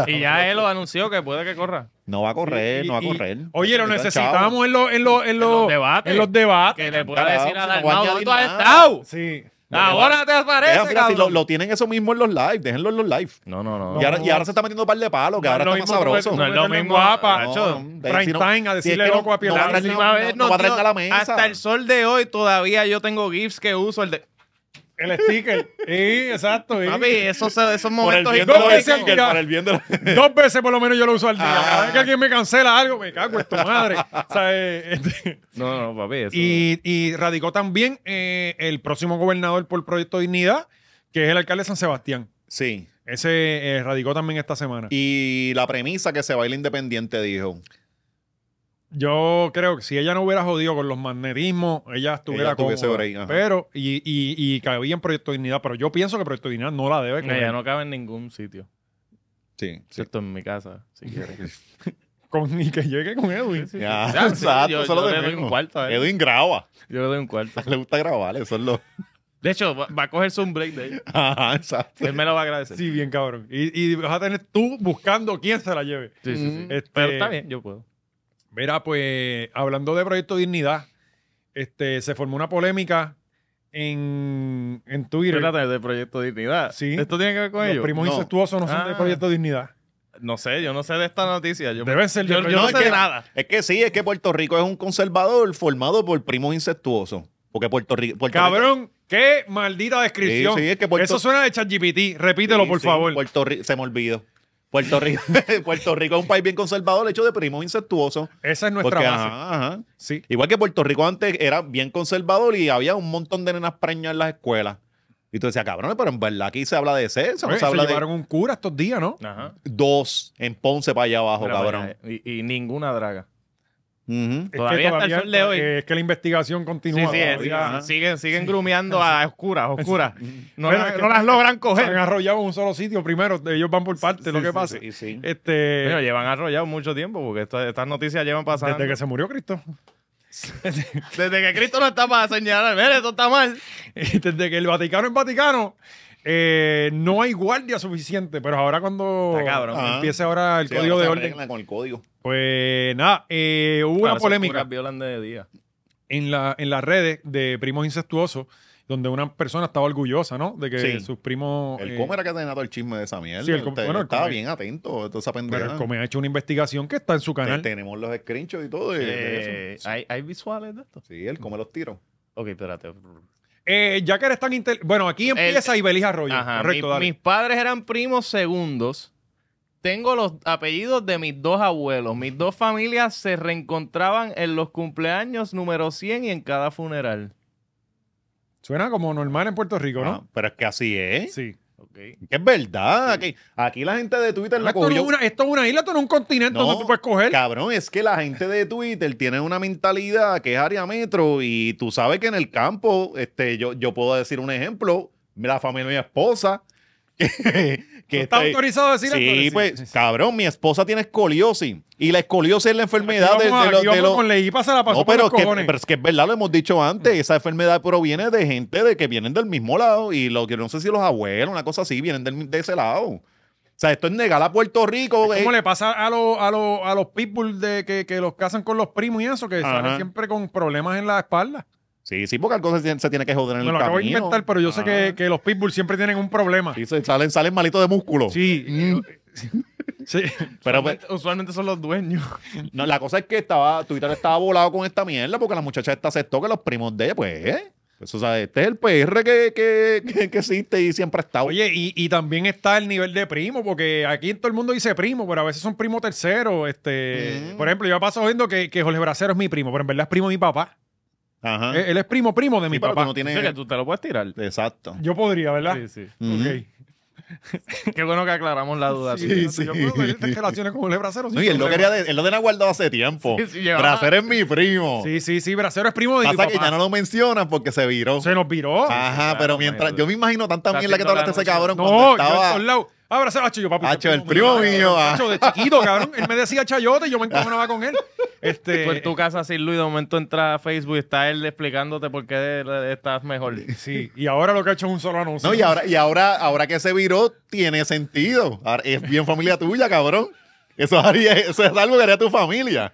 Y ya él lo anunció que puede que corra. No va a correr, Y- no va a y- correr. Oye, lo Están necesitamos chavos. en, los en, los en, los- los debates. En los debates. Que le pueda Carajo, decir a no va a Dalmau, ¿dónde añadir tú has nada". estado? Sí. Ahora te Deja, aparece, mira, si lo, cabrón. lo tienen eso mismo en los live, déjenlo en los live. No, no, no. Y, ahora, y ahora se está metiendo un par de palos, que No, ahora lo está más mismo tú sabroso. puedes- No es lo Meterlo en mismo, guapa. macho. Prime time a decirle loco a Pilar. No, Pielagos. va a traer Última nada- vez no, nos va a traer dio- nada a la mesa. Hasta el sol de hoy todavía yo tengo GIFs que uso. El de, El sticker. Sí, exacto. sí. papi, esos, esos por el momentos bien de los históricos. stickers, Mira. por el bien de los- Dos veces por lo menos yo lo uso al día. Ah. Cada vez que alguien me cancela algo, me cago en tu madre. O sea, eh, este, No, no, papi. eso- y, y radicó también eh, el próximo gobernador por Proyecto Dignidad, que es el alcalde de San Sebastián. Sí. Ese eh, radicó también esta semana. Y la premisa que se va a ir independiente, dijo. Yo creo que si ella no hubiera jodido con los magnetismos, ella estuviera Ella tuviese cómoda. break, ajá. pero, y, y, y cabía en Proyecto Dignidad, pero yo pienso que Proyecto Dignidad no la debe No, coger. ya no cabe en ningún sitio. Sí. sí. Excepto en mi casa, si quieres. Con- ni que llegue con Edwin. Ya, Ya, sí, Ah, exacto, yo- eso es yo lo le de doy un menos. cuarto a él. Edwin graba. Yo le doy un cuarto. Le gusta grabar, eso es lo. De hecho, va, va a cogerse un break de ahí. Ajá, exacto. Él me lo va a agradecer. Sí, bien cabrón. Y, y vas a tener tú buscando quién se la lleve. Sí, sí, sí. Mm. Este, Pero está bien, yo puedo. Mira, pues hablando de Proyecto Dignidad, este, se formó una polémica en, en Twitter. Espérate, de Proyecto Dignidad. Sí. ¿Esto tiene que ver con Los ellos? primos No. incestuosos no son de Ah. Proyecto Dignidad. No sé, yo no sé de esta noticia. Yo, Deben ser de yo, yo Proyecto no, es sé que- nada. Es que sí, es que Puerto Rico es un conservador formado por primos incestuosos. Porque Puerto Rico. Puerto Rico- Cabrón, qué maldita descripción. Sí, sí, es que Puerto- Eso suena de ChatGPT. Repítelo, Sí, por sí, favor. Puerto Rico, se me olvidó. Puerto Rico, Puerto Rico es un país bien conservador hecho de primos incestuosos. Esa es nuestra Porque, base. ajá, ajá. Sí. Igual que Puerto Rico antes era bien conservador y había un montón de nenas preñas en las escuelas. Y tú decías, cabrones, pero en verdad aquí se habla de sexo, no Oye, se Pues, se habla de llevaron un cura estos días, ¿no? Ajá. dos en Ponce para allá abajo, Mira, cabrón. vaya, Y, y ninguna draga. Ujú. Es Todavía hasta el sol de hoy. eh, es que la investigación Sí, continúa. sí, todavía. sí, sí, siguen, siguen grumeando a oscuras, oscuras. No, Bueno, las- es que- no las logran Se han coger. arrollado en un solo sitio primero. Ellos van por partes, lo que pasa. Sí, sí. Este, Coño, llevan arrollado mucho tiempo porque esta- estas noticias llevan pasando. desde que se murió Cristo. Desde que Cristo no está para señalar, mire, esto está mal. Desde que el Vaticano es Vaticano, eh, no hay guardia suficiente. Pero ahora cuando Está cabrón. Ajá. empiece ahora el Sí, código ahora de se orden, arreglan Con el código. pues nada, eh, hubo Claro, una esas polémica oscuras violan de día. en, la, en las redes de primos incestuosos, donde una persona estaba orgullosa, ¿no? De que Sí. sus primos... El eh, cómo era que tenía todo el chisme de esa mierda. Sí, el com- Usted bueno, el estaba come- bien atento a toda esa pero pendeja. pues, el Come ha hecho una investigación que está en su Te- canal. Tenemos los screenshots y todo. de- de Eh, eso. ¿hay, hay visuales de esto? Sí, él come los tiros. Ok, espérate. Eh, ya que eres tan intel- Bueno, aquí Este. empieza Ibelis Arroyo. Ajá, Correcto, mi- dale. mis padres eran primos segundos. Tengo los apellidos de mis dos abuelos. Mis dos familias se reencontraban en los cumpleaños número 100 y en cada funeral. Suena como normal en Puerto Rico, Ah, ¿no? pero es que así es. Sí. Ok. Que es verdad. Aquí, aquí la gente de Twitter la Esto, no cogió. es una, esto es una isla, esto no es un continente No, donde tú puedes coger. Cabrón, es que la gente de Twitter tiene una mentalidad que es área metro y tú sabes que en el campo, este, yo, yo puedo decir un ejemplo, la familia de mi esposa, que ¿Está este- autorizado a decir esto? Sí, Sí, pues, sí, sí. cabrón, mi esposa tiene escoliosis. Y la escoliosis es la enfermedad de, Aquí vamos- de los- aquí de vamos los- con Leí, pasa la pasó No, por pero los es, que, cojones. pero es que es verdad, lo hemos dicho antes. Esa enfermedad proviene de gente de que vienen del mismo lado. Y lo que no sé si los abuelos, una cosa así, vienen del- de ese lado. O sea, esto es negar a Puerto Rico. eh, ¿Cómo le pasa a, los a, los a los pitbull de que, que los casan con los primos y eso? Que salen Ajá. siempre con problemas en la espalda. Sí, sí, porque algo se, tiene- se tiene que joder en Me el lo camino. acabo de inventar, pero yo sé Ah. que, que los pitbull siempre tienen un problema. Sí, se- salen, salen malitos de músculo. Sí. Sí. Pero pues, Usualmente, usualmente son los dueños. no, la cosa es que estaba, Twitter estaba volado con esta mierda porque la muchacha esta aceptó que los primos de ella, pues, eh, pues, o sea, este es el PR que, que, que- que existe y siempre ha estado. Oye, y, y también está el nivel de primo, porque aquí todo el mundo dice primo, pero a veces son primo tercero. Este, Mm. Por ejemplo, yo paso oyendo que, que Jorge Bracero es mi primo, pero en verdad es primo de mi papá. Ajá. Él, él es primo primo de eh, mi Ah. Sí, pero tú papá. no O sea, que tienes... tú te lo puedes tirar. Exacto. Yo podría, ¿verdad? Sí, sí. Ujú. Ok. Qué bueno que aclaramos la duda. Sí, sí. fíjate, Yo puedo tener estas relaciones con Jorge Bracero. sin No, y él lo, problema. quería de, él lo tenía guardado hace tiempo. Sí, sí, llevaba- Bracer es mi primo. Sí, sí, sí, Bracero es primo de mi Pasa que papá. ya no lo mencionas porque se viró. Se nos viró. Ajá, claro, pero mientras... imagínate. Yo me imagino tanta Está mierda que te haciendo la hablaste ese noche. cabrón cuando No, yo en estaba... todos lados. Ah, Bracero, hacho, yo papi. Hacho, usted el es primo mío, ah. Hacho, de chiquito, cabrón. Él me decía chayote y yo me encojonaba con él. Este, Tú en tu casa sin Luis, de momento entra a Facebook y está él explicándote por qué de- de- estás mejor. Sí, y ahora lo que ha hecho es un solo anuncio. No, y ahora, y ahora, ahora que se viró, tiene sentido. Ahora, es bien familia tuya, cabrón. Eso, haría- eso es algo que haría tu familia.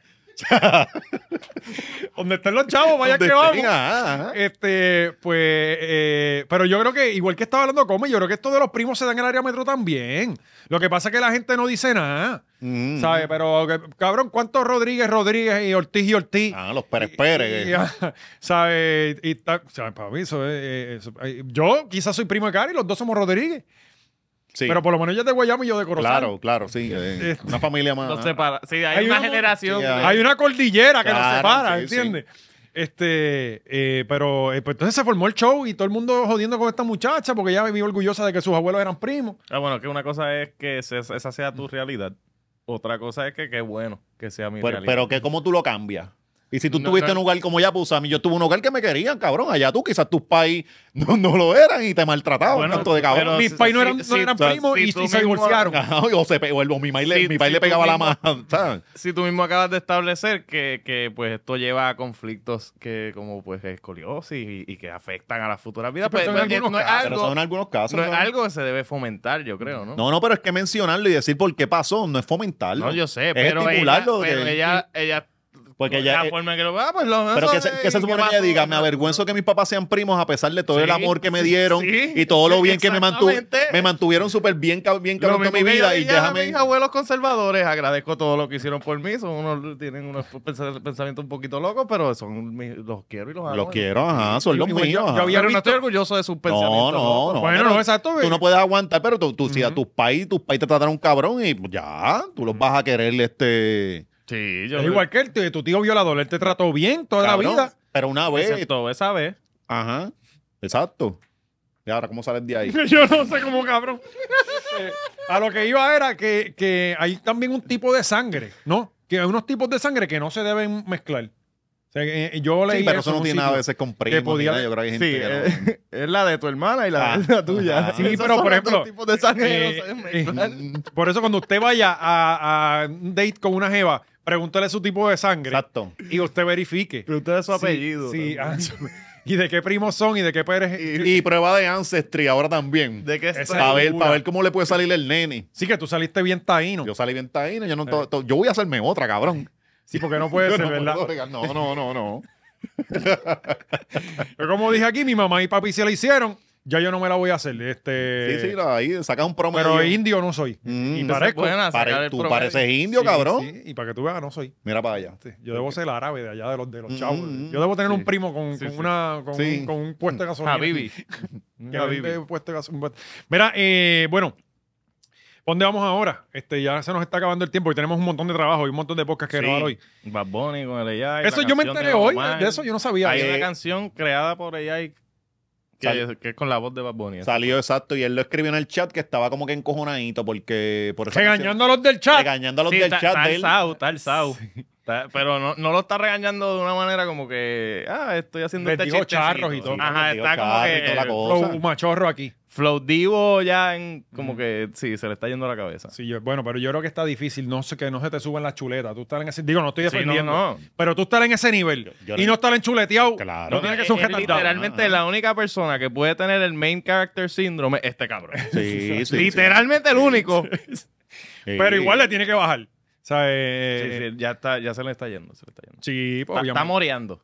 Donde estén los chavos, vaya Donde que vamos. estén, ajá, ajá. Este, pues, eh, pero yo creo que, igual que estaba hablando Come, yo creo que esto de los primos se da en el área metro también. Lo que pasa es que la gente no dice nada, Mm. ¿sabes? Pero, que- cabrón, ¿cuántos Rodríguez, Rodríguez y Ortiz y Ortiz? Ah, los Pérez Pérez. Y- y- ¿Sabes? Y ta- ¿sabes? Para mí, eso es- eh, eso- eh, yo quizás soy primo de Cari, los dos somos Rodríguez, sí, pero por lo menos yo es de Guayama y yo de Corozal. claro, claro, sí. eh, Este- Una familia más. Los separa. Sí, hay, Hay una una- generación. Sí, de- Hay una cordillera que nos Claro, separa, sí, ¿entiendes? Este, eh, pero eh, pues entonces se formó el show y todo el mundo jodiendo con esta muchacha porque ella vivía orgullosa de que sus abuelos eran primos. Ah, bueno, que una cosa es que se- esa sea tu realidad. Otra cosa es que qué bueno que sea mi pero, realidad. pero que cómo tú lo cambias. Y si tú No, tuviste no. en un lugar como Yapusa, a mí yo tuve un hogar que me querían, cabrón. Allá tú, quizás tus pais no, no lo eran y te maltrataban Bueno, tanto de cabrón. pero Mis si- pais no si- eran, no si- eran o sea, primos si y, tú y se mismo- divorciaron. Ajá, o, se pe- o el- o mi país le, Sí, mi país sí, le tú pegaba la mismo- mano. ¿sabes? si tú mismo acabas de establecer que, que, pues esto lleva a conflictos que como pues escoliosis y, y que afectan a las futuras vidas, Sí, pero pues, son pues, algunos no es casos. Pero algo, son algunos casos. no es ¿no? algo que se debe fomentar, yo creo, ¿no? No, no, pero es que mencionarlo y decir por qué pasó no es fomentarlo. No, yo sé, Es pero, ella, estimularlo pero de- ella, ella, Porque pues, ella- eh, la forma en que lo ah, pues lo Pero eso que se, de- que se ¿qué supone que ella pasó? diga, me avergüenzo que mis papás sean primos a pesar de todo el Sí, amor que me sí, dieron sí, y todo lo sí, bien que me, mantu- exactamente. me mantuvieron súper bien, cab- bien Lo cabrón mismo toda mi que ella vida y diga, "Ah, déjame... mis abuelos conservadores, agradezco todo lo que hicieron por mí, son unos, tienen unos pens- pensamientos un poquito locos, pero son mis- los quiero y los amo. Los quiero, ajá, son los Igual eh. yo- míos. yo ajá. había- Pero no visto- estoy orgulloso de sus No, pensamientos. no, locos. no. Bueno, pero no, exacto. Tú eh. no puedes aguantar, pero tú, tú, si a Ujú. tus pais, tus pais te tratan un cabrón y pues, ya, tú los vas a querer este... Sí, yo Es igual que el tío- tu tío violador, él te trató bien toda cabrón, la vida. Pero una vez... Excepto esa vez. Ajá, exacto. Y ahora, ¿cómo sales de ahí? Yo no sé cómo, cabrón. Eh, a lo que iba era que, que hay también un tipo de sangre, ¿no? Que hay unos tipos de sangre que no se deben mezclar. O sea, que, eh, yo leí Sí, pero eso eso en no un tiene nada a sitio. veces con primos. ni podía- nada, Yo creo que hay Sí, gente que no- eh, es la de tu hermana y la, Ah, de la tuya. ajá. Sí, pero, por ejemplo, Tipo de sangre que eh, no saben mezclar. Por eso cuando usted vaya a, a un date con una jeva, pregúntale su tipo de sangre Exacto. y usted verifique. Pregunta de su apellido. Sí, también. sí, ah, y de qué primos son y de qué Pérez. Y, y prueba de Ancestry ahora también. ¿De qué Esa- está? Para ver, segura. pa' ver cómo le puede salir el nene. sí, que tú saliste bien taíno. Yo salí bien taíno, yo no to- to- yo voy a hacerme otra, cabrón. Sí, porque no Eh. puede Yo ser, no ¿verdad? puedo bregar. No, no, no, no. Pero como dije aquí, mi mamá y papi se la hicieron. Ya yo no me la voy a hacer. Este, Sí, sí, no, ahí saca un promedio. pero indio no soy. Mm. y Esa es parezco. buena, sacar Pare- el tú promedio. pareces indio, Sí, cabrón. sí, y para que tú veas, no soy. Mira para allá. Sí, Yo debo ser árabe de allá de los, de los Mm, chavos. mm, Yo debo tener sí. un primo con, Sí, con sí. una, con, Sí. un, con un puesto de gasolina. Habibi. Que Habibi. vende puesto de gaso- un puesto- Mira, eh, bueno, ¿pa' ¿dónde vamos ahora? Este, ya se nos está acabando el tiempo y tenemos un montón de trabajo y un montón de podcasts que Sí. grabar hoy. Bad Bunny con el AI. Eso yo me enteré hoy, de eso yo no sabía. Hay una Eh, canción creada por AI que, Sal- que es con la voz de Bad Bunny. esa. Salió exacto y él lo escribió en el chat que estaba como que encojonadito porque por esa canción- Regañando a los del chat. regañando a los Sí, del está- chat está de el él. Sau, está el Sau. Está- Pero no, no lo está regañando de una manera como que, ah, estoy haciendo Les este dijo chistecito. charros y todo. Ajá, Les dijo está como charros y toda la que cosa. Flow machorro aquí. Flow Divo ya en, como que, sí, se le está yendo la cabeza. Sí, yo- bueno, pero yo creo que está difícil. No sé que no se te suban las chuletas. Tú estar en ese. Digo, no estoy Sí, no, defendiendo. no. Pero tú estar en ese nivel Yo- yo y no- no estar enchuleteado. Claro. Eh, No tiene que Es- ser un es retardado. Eh, Literalmente la única persona que puede tener el main character síndrome es este cabrón. Sí, sí, Literalmente el único. sí. Pero igual le tiene que bajar. O sea, Sí, eh, sí, ya, está, ya se le está yendo. Se le está, yendo. sí, pues, Está- está obviamente. moreando.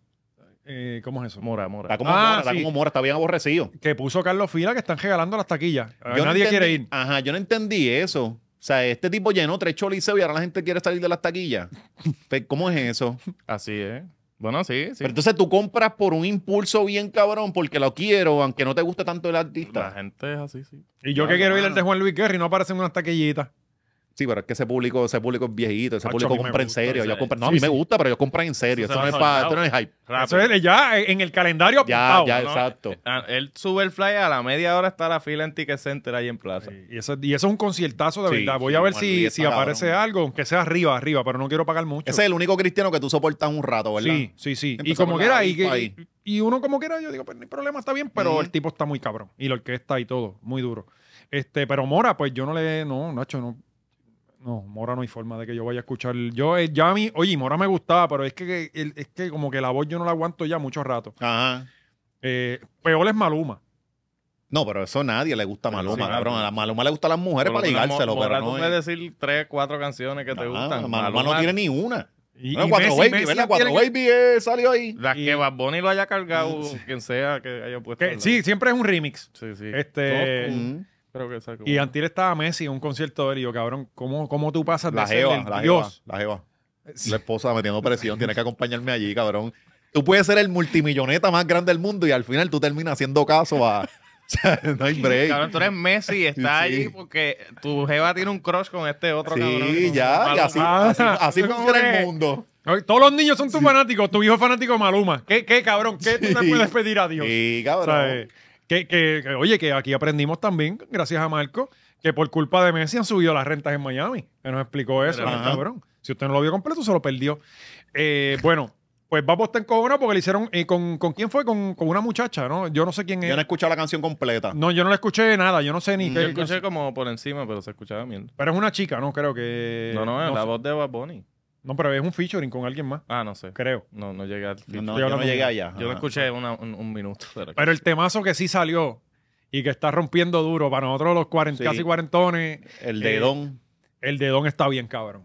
Eh, ¿Cómo es eso? Mora, mora. Está como Ah, mora, está sí. como mora, está bien aborrecido. Que puso Carlos Fila que están regalando las taquillas. Eh, Yo no Nadie quiere entendí- ir. Ajá, yo no entendí eso. O sea, este tipo llenó tres choliseos y ahora la gente quiere salir de las taquillas. Pero, ¿Cómo es eso? Así es. Bueno, sí, sí. Pero entonces tú compras por un impulso bien cabrón porque lo quiero, aunque no te guste tanto el la artista. gente es así, sí. Y yo Ya, que quiero ir mano. al de Juan Luis Guerra y no aparecen unas taquillitas. Sí, pero es que ese público, ese público es viejito, ese Acho, a público mí me compra en gusta, serio. o Yo sea, compro- no, a sí, mí me sí. gusta, pero yo compro en serio. Eso Esto no, es se va pa- soldado. esto no es hype. Eso es ya eh, en el calendario Ya, apuntado. ya, No, exacto. Ah, él sube el flyer a la media hora está la fila en Ticket Center ahí en Plaza. Sí, Y eso, y eso es un conciertazo de Sí, verdad. Voy sí, a ver Juan si, Luis si está aparece cabrón. algo, aunque sea arriba, arriba, pero no quiero pagar mucho. Ese es el único cristiano que tú soportas un rato, ¿verdad? Sí, sí, sí. y Empezó como con la quiera, y, avispa que- y uno como quiera, yo digo, pues no hay problema, está bien, pero Ujú. el tipo está muy cabrón. Y la orquesta y todo, muy duro. Este, pero Mora, pues yo no le, no, Nacho, no. No, Mora no hay forma de que yo vaya a escuchar. Yo, eh, ya a mí, oye, Mora me gustaba, pero es que, que el- es que como que la voz yo no la aguanto ya mucho rato. Ajá. Eh, peor es Maluma. No, pero eso a nadie le gusta a Pero Maluma, sí, cabrón. A la Maluma le gustan las mujeres Por para lo menos, ligárselo, Mora, pero tú no. es- puedes decir tres, cuatro canciones que te Ajá, gustan. Maluma no Maluma, tiene ni una. Y, Bueno, y Ah, cuatro Messi- baby, Messi ¿verdad? tiene Cuatro que- baby eh, salió ahí. Las Y- que Bad Bunny lo haya cargado, quien sea que haya puesto. que- al sí, lado. siempre es un remix. sí, sí. Este, Todos, Mm. creo que sacó. Y antes estaba Messi en un concierto de él y yo, cabrón, ¿cómo, cómo tú pasas de La ser jeva, el la jeva, dios? la jeva. La esposa metiendo presión, tienes que acompañarme allí, cabrón. Tú puedes ser el multimilloneta más grande del mundo y al final tú terminas haciendo caso a... O sea, no hay break. Cabrón, tú eres Messi y está Sí. allí porque tu jeva tiene un crush con este otro cabrón. sí, con ya, y Maluma. así, Ah, así, así ¿cómo funciona es? el mundo. Ay, Todos los niños son tus fanáticos, tu hijo es fanático de Maluma. ¿Qué, qué cabrón? ¿Qué tú te Sí. puedes pedir a Dios? Sí, O cabrón. sea, eh, que, que- que, oye, que aquí aprendimos también, gracias a Marco, que por culpa de Messi han subido las rentas en Miami. Que nos explicó eso, Pero, el ajá. cabrón. Si usted no lo vio completo, se lo perdió. Eh, bueno, pues va a estar cobrado porque le hicieron. eh, con, con quién fue? Con, con una muchacha, ¿no? Yo no sé quién Yo no Mm, he es. escuchado la canción completa. No, yo no le escuché nada, yo no sé ni Yo qué. escuché como por encima, pero se escuchaba mierda. Pero es una chica, ¿no? Creo que. no, Eh, no, no, la sé. voz de Bad Bunny. No, pero es un featuring con alguien más, Ah, no sé. creo. No, no llegué al No, no, Yo yo no hablando llegué con- allá. lo Ajá. escuché una- un, un minuto. pero- Pero el temazo que sí salió y que está rompiendo duro para nosotros los 40, Sí. casi cuarentones, El Eh, dedón. el dedón está bien, cabrón.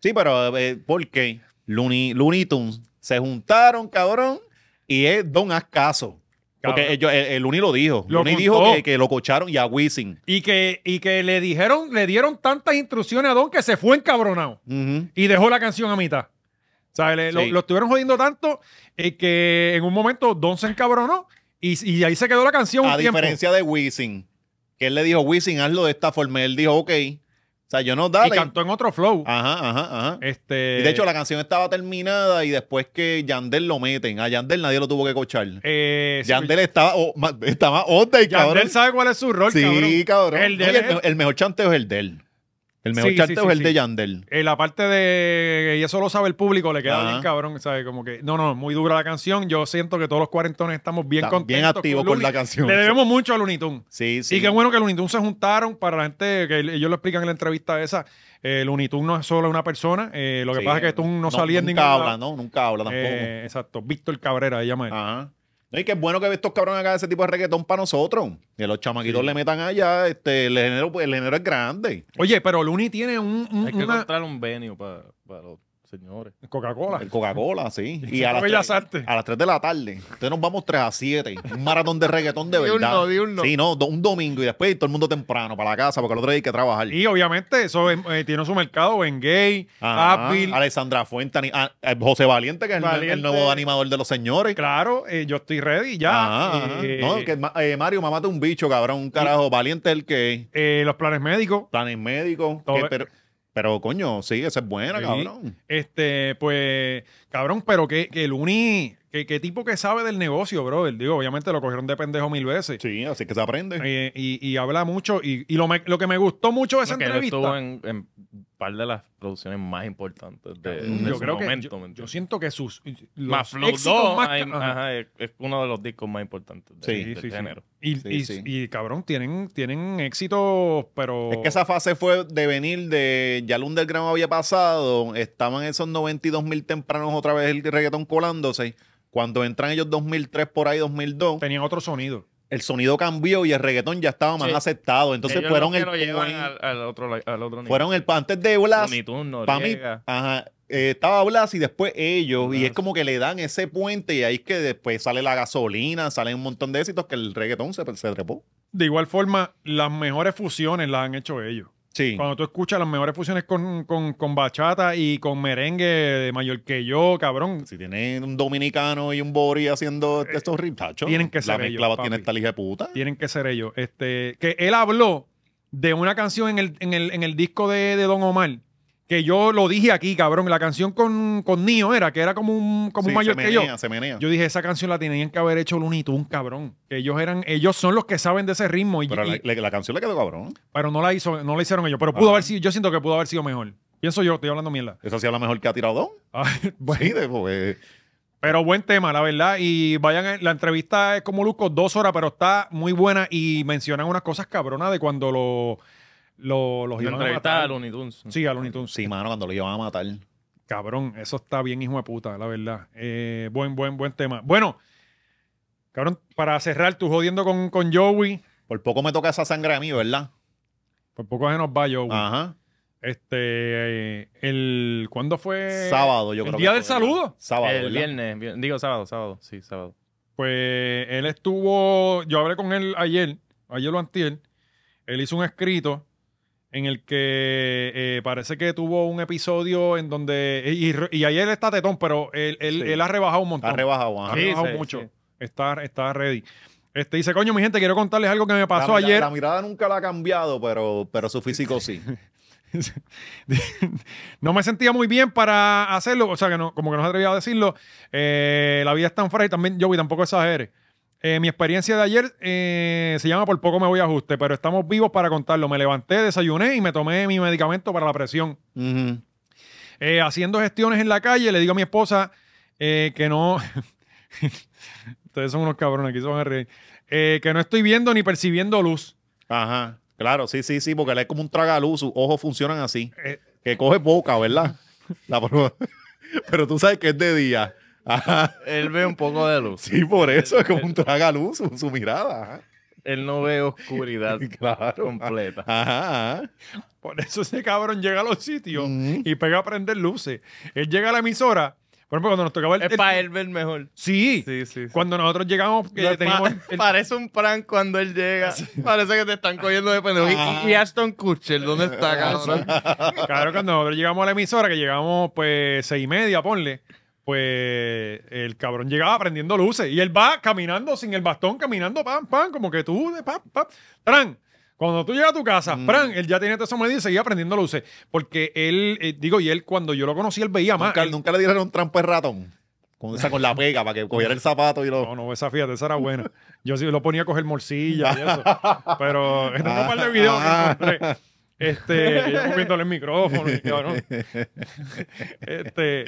Sí, pero eh, ¿por qué? Looney, Looney Tunes se juntaron, cabrón, y es Don Haz caso. Cabrón. Porque ellos- el, el Looney lo dijo. Lo Looney contó. dijo que, que lo cocharon y a Wisin. Y que, y que le dijeron, le dieron tantas instrucciones a Don que se fue encabronado y dejó la canción a mitad. O sea, le- lo, Sí. lo estuvieron jodiendo tanto eh, que en un momento Don se encabronó y, y ahí se quedó la canción un A tiempo. diferencia de Wisin, que él le dijo, Wisin, hazlo de esta forma. Él dijo, ok. O sea, yo no dale. Y cantó en otro flow. Ajá, ajá, ajá. Este, Ah. y de hecho, la canción estaba terminada y después que Yandel lo meten, a Yandel nadie lo tuvo que cochar. eh, sí, Yandel estaba, oh, ma- estaba onda y Yandel cabrón. sabe cuál es su rol, sí, cabrón. cabrón. El de Oye, él es- me- el mejor chanteo es el de él. El mejor Sí, sí, chanteo sí, es el sí. de Yandel. Eh, la parte de. Y eso lo sabe el público, le queda Ajá. bien cabrón, ¿sabes? Como que. No, no, muy dura la canción. Yo siento que todos los cuarentones estamos bien Están contentos. bien activos con Looney. la canción. Le debemos mucho a Looney Tunes. Sí, sí. Y qué bueno que Looney Tunes se juntaron para la gente, que ellos lo explican en la entrevista esa. Eh, Looney Tunes no es solo una persona. eh, lo que Sí, pasa es que Tunes no, salía en nunca ningún habla, lado. no, nunca habla tampoco. Ah. Eh, exacto. Víctor Cabrera, se llama él. Ajá. No, y qué bueno que estos cabrones hagan ese tipo de reggaetón para nosotros. Que los chamaquitos le metan allá, este, el género, pues, el género es grande. Oye, pero Looney tiene un, un- Hay que una encontrar un venue para los señores. Coca-Cola. El Coca-Cola, sí. Y a las, Bellas 3, Artes. a las 3 de la tarde. Entonces nos vamos 3 a 7. Un maratón de reggaetón de Diurno, verdad. diurno. Sí, no, do- un domingo y después todo el mundo temprano para la casa porque el otro día hay que trabajar. Y obviamente eso eh, tiene su mercado en gay, Ajá. Apple, Alexandra Fuente, ani- ah, eh, José Valiente, que es el- Valiente. el nuevo animador de los señores. Claro, eh, yo estoy ready ya. Ah, Ajá, ajá. Eh, No, que ma- eh, Mario, mamate un bicho, cabrón. Un carajo valiente el que es. eh, los planes médicos. Planes médicos. Todo que- es- pero, pero, coño, sí, esa es buena, Sí. cabrón. Este, pues, cabrón, pero que, que el uni, que, que tipo que sabe del negocio, brother. Digo, obviamente lo cogieron de pendejo mil veces. Sí, así que se aprende. Eh, y, y habla mucho. Y, y lo, me- lo que me gustó mucho de esa No, que él entrevista. estuvo en, en par de las producciones más importantes de, de yo su creo momento. que ¿me yo- yo, entiendes? siento que sus los más Flow éxitos 2, más hay- ca- ajá. ajá, es, es uno de los discos más importantes de, Sí, del sí, sí. género. Y, Sí, y, sí. y, cabrón, tienen, tienen éxitos, pero. Es que esa fase fue de venir de ya el underground había pasado, estaban esos 92 mil tempranos otra vez el reggaetón colándose. Cuando entran ellos 2003 por ahí, 2002, Tenían otro sonido. el sonido cambió y el reggaetón ya estaba más Sí. aceptado. Entonces Ellos fueron los que el, lo llevan point- al, al otro, la- al otro nivel. fueron el antes de Blas, Looney Tunes, para mí, Noriega. ajá, eh, estaba Blas y después ellos y Blas. es como que le dan ese puente y ahí es que después sale la gasolina, salen un montón de éxitos que el reggaetón se, se trepó. De igual forma, las mejores fusiones las han hecho ellos. Sí. Cuando tú escuchas las mejores fusiones con, con, con bachata y con merengue de mayor que yo, cabrón, Si tienen un dominicano y un bori haciendo estos rips, tacho, Eh, tienen que ser La ellos, mezcla va- tiene papi. esta lija de puta. tienen que ser ellos. Este, que él habló de una canción en el, en el, en el disco de, de Don Omar, que yo lo dije aquí, cabrón. La canción con, con Nio era, que era como un, como un Sí, mayor se que yo. menea, Se menea. Yo dije, esa canción la tenían que haber hecho Looney Tunes, cabrón. Que ellos eran, ellos son los que saben de ese ritmo. Y, Pero y- la, Ah, le- la canción le quedó cabrón. pero no la hizo, no la hicieron ellos. Pero pudo Ajá. haber sido, yo siento que pudo haber sido mejor. Pienso yo, estoy hablando mierda. Esa sí es la mejor que ha tirado Don. Ay, bueno. Sí, de- pues, porque- Pero buen tema, la verdad. Y vayan, a- la entrevista es como Luco, dos horas, pero está muy buena. Y mencionan unas cosas cabronas de cuando lo, lo- los Una iban a entrevista a matar. Looney Tunes. Sí, a Looney Tunes. sí, mano, cuando lo llevan a matar. Cabrón, eso está bien, hijo de puta, la verdad. Eh, buen, buen, buen tema. Bueno, cabrón, para cerrar, tú jodiendo con, con Joey. Por poco me toca esa sangre a mí, ¿verdad? Por poco se nos va Joey. Ah. Ajá. Este, eh, el, ¿cuándo fue? Sábado, Eh, el yo creo que. día del fue, ¿verdad? saludo. Sábado. el ¿verdad? viernes, vi- digo sábado, sábado, sí, sábado. Pues él estuvo, yo hablé con él ayer, ayer o antier, él hizo un escrito en el que eh, parece que tuvo un episodio en donde, y, y- y ayer está tetón, pero él, él- Sí. él ha rebajado un Ha montón, rebajado, ha ajá. Sí, rebajado sí, mucho, sí. está, está ready. Este dice, coño, mi gente, quiero contarles algo que me pasó la, mira- ayer. La mirada nunca la ha cambiado, pero, pero su físico sí. no me sentía muy bien para hacerlo, o sea, que no, como que no se atrevía a decirlo. Eh, la vida es tan frágil, también yo tampoco exagere. Eh, mi experiencia de ayer eh, se llama Por poco me voy a ajuste, pero estamos vivos para contarlo. Me levanté, desayuné y me tomé mi medicamento para la presión. Ujú. Eh, haciendo gestiones en la calle, le digo a mi esposa eh, que no. Ustedes son unos cabrones, aquí se van a reír. Eh, que no estoy viendo ni percibiendo luz. Ajá. Claro, sí, sí, sí, porque él es como un tragaluz, sus ojos funcionan así. Eh. Que coge boca, ¿verdad? La prueba. Pero tú sabes que es de día. Ajá. Él ve un poco de luz. Sí, por eso es como un tragaluz, su, su mirada. Ajá. Él no ve oscuridad Claro. completa. Ajá. ajá. Por eso ese cabrón llega a los sitios Ujú. y pega a prender luces. Él llega a la emisora. Por ejemplo, cuando nos tocaba el. Es el- para él ver mejor. Sí, Sí, sí. sí. Cuando nosotros llegamos, eh, No, pa- teníamos el- Parece un prank cuando él llega. Parece que te están cogiendo de pendejo. Y, y Ashton Kutcher, ¿dónde está, cabrón? claro, cuando nosotros llegamos a la emisora, que llegamos pues seis y media, ponle, pues el cabrón llegaba prendiendo luces y él va caminando sin el bastón, caminando, pam, pam, como que tú, de pam, pam, tran. Cuando tú llegas a tu casa, pran, él ya tiene todo eso medido y seguía prendiendo luces. Porque él, eh, digo, y él cuando yo lo conocí, él veía más. eh. Nunca, Él- nunca le dieron trampa al ratón. Con, esa, con la pega para que cogiera el zapato y lo. No, no, esa fíjate, esa era buena. Yo sí lo ponía a coger morcilla y eso. Pero tengo un par de videos Ah. que encontré. Este, yo moviéndole el micrófono y cabrón. Este,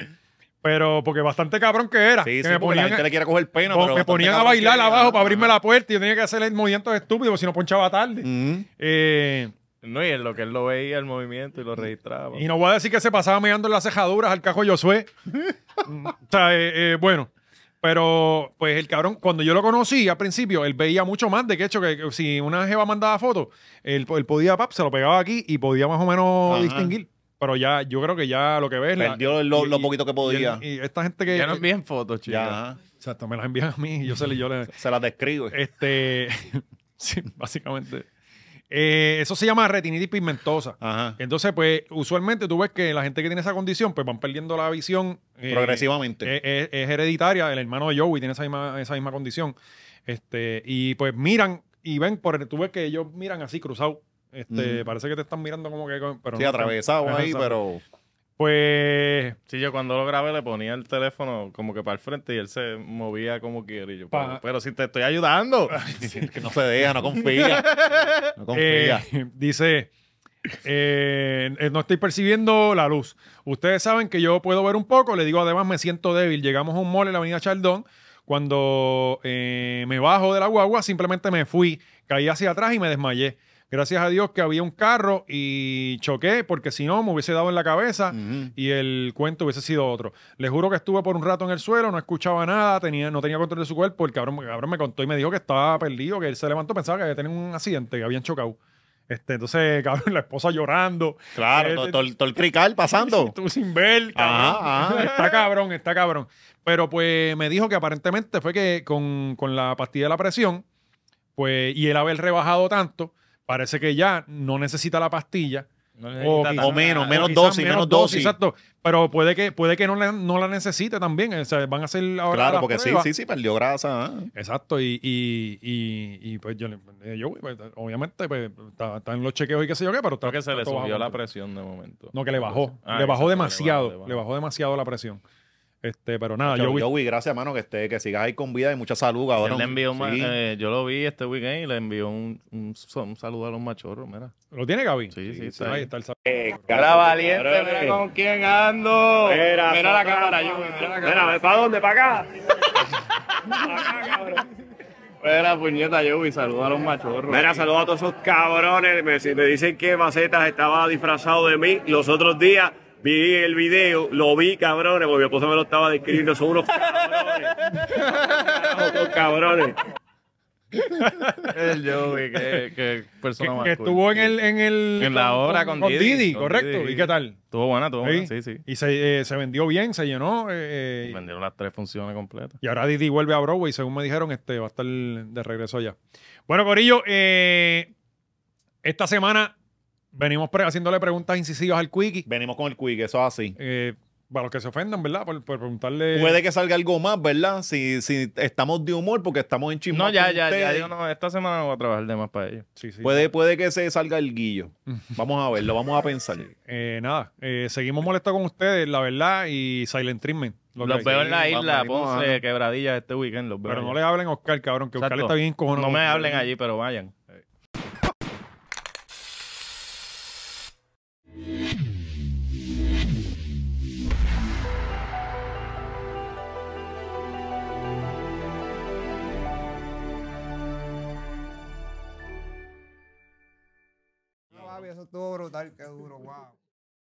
pero porque bastante cabrón que era. Sí, que sí, me porque la ponían, gente le quiere coger pena. me pero bastante ponían a cabrón bailar que- abajo para Ajá. Mm. abrirme la puerta y yo tenía que hacer el movimiento estúpido, porque si no ponchaba tarde. Ujú. Eh, No, y es lo que él lo veía, el movimiento, y lo registraba. y no voy a decir que se pasaba mirando en las cejaduras al cajo Josué. Mm, o sea, eh, eh, bueno. Pero, pues el cabrón, cuando yo lo conocí al principio, él veía mucho más de que hecho que, que si una jeva mandaba fotos, él, él podía, pap, se lo pegaba aquí y podía más o menos Ajá. distinguir. Pero ya, yo creo que ya lo que ves. la- Perdió lo, lo y- poquito que y podía. él- Y, esta gente que. Ya no envían fotos, chicos. ya, ajá. Exacto, me las envían a mí y yo se le- yo le, se las describe. este, sí, básicamente. Eh, eso se llama retinitis pigmentosa. Ajá. Entonces, pues, usualmente tú ves que la gente que tiene esa condición, pues van perdiendo la visión. eh, Progresivamente. eh, Es, es hereditaria. El hermano de Joey tiene esa misma, esa misma condición. Este, y pues miran y ven, por el- tú ves que ellos miran así cruzado. Este, Ujú. Parece que te están mirando como que. con- Pero sí, no, atravesado ajá, ahí, exacto. pero. Pues. Sí, yo cuando lo grabé le ponía el teléfono como que para el frente y él se movía como quiere. Y yo, Pa- pero, pero si te estoy ayudando. que no se deja, no confía. No confía. Eh, dice, Eh, eh, no estoy percibiendo la luz. Ustedes saben que yo puedo ver un poco. Le digo, además, me siento débil. Llegamos a un mall en la avenida Chaldón. Cuando eh, me bajo de la guagua, simplemente me fui. Caí hacia atrás y me desmayé. Gracias a Dios que había un carro y choqué, porque si no, me hubiese dado en la cabeza Ujú. y el cuento hubiese sido otro. Les juro que estuve por un rato en el suelo, no escuchaba nada, tenía, no tenía control de su cuerpo. El cabrón, el cabrón me contó y me dijo que estaba perdido, que él se levantó, pensaba que había tenido un accidente, que habían chocado. Este, entonces, cabrón, la esposa llorando. Claro, to- to- todo el crical pasando. Tú sin ver, cabrón. Ajá, ajá. Está cabrón, está cabrón. Pero pues me dijo que aparentemente fue que con, con la pastilla de la presión, pues, y el haber rebajado tanto, parece que ya no necesita la pastilla. No O necesita quizá- tanta- o menos, menos quizás dosis, menos dosis. Exacto. Pero puede que, puede que no, la, no la necesite también. O sea, van a hacer ahora. Claro, las porque sí, pruebas. sí, sí, perdió grasa. ah. Exacto, y, y, y, y, pues yo, le- eh, yo, pues, obviamente, pues está- están los chequeos y qué sé yo qué, pero está, Creo que se está le todo subió bajo la control. presión de momento. No, que le bajó. Ah, le exacto, bajó demasiado. le Le bajó. bajó, demasiado la presión. Este, pero nada, Chavo, yo vi- Joey, gracias, mano, que esté, que sigas ahí con vida y mucha salud Él ahora. le envió un ma- Sí. eh, yo lo vi este weekend y le envió un, un, un saludo a los machorros, mira. ¿Lo tiene Gaby? Sí, sí, está Ahí ahí. está el sal- Mira, valiente, mira con quién ando. Mira, la cámara, yo. Mira, ¿me para dónde? ¿Para acá? Mira, puñeta, yo y saluda a los machorros. Mira, saluda a todos esos cabrones. Me, si- me dicen que Macetas estaba disfrazado de mí los otros días. Vi el video, lo vi, cabrones, porque mi esposa me lo estaba describiendo. Son unos cabrones. Son cabrones. El Joey, que, que que, persona más que cool. estuvo en el... En, el, En la obra con Didi, con correcto. Didi. ¿Y qué tal? Estuvo buena, estuvo Sí. buena, sí, sí. Y se, eh, se vendió bien, se llenó. eh, eh, Vendieron las tres funciones completas. y ahora Didi vuelve a Broadway, según me dijeron, este va a estar de regreso allá. Bueno, Corillo, eh, esta semana venimos pre- haciéndole preguntas incisivas al Quickie. Venimos con el quick, eso es así. eh, para los que se ofendan, ¿verdad? Por, por preguntarle. Puede que salga algo más, ¿verdad? Si, si estamos de humor, porque estamos en chismos No, ya, con ya, ya. ustedes. Yo no, esta semana no voy a trabajar de más para ellos. Sí, sí. Puede, puede que se salga el guillo. Vamos a verlo, vamos a pensar. Eh, nada, eh, seguimos molestos con ustedes, la verdad, y Silent Treatment. lo que Los hay. veo en la sí, isla, vamos, Ponce, ajá. quebradillas este weekend. Los veo Pero no allá. le hablen a Oscar, cabrón, que Oscar Exacto. está bien cojonado. No me hablen allí, pero vayan. Eso estuvo brutal, qué duro, wow.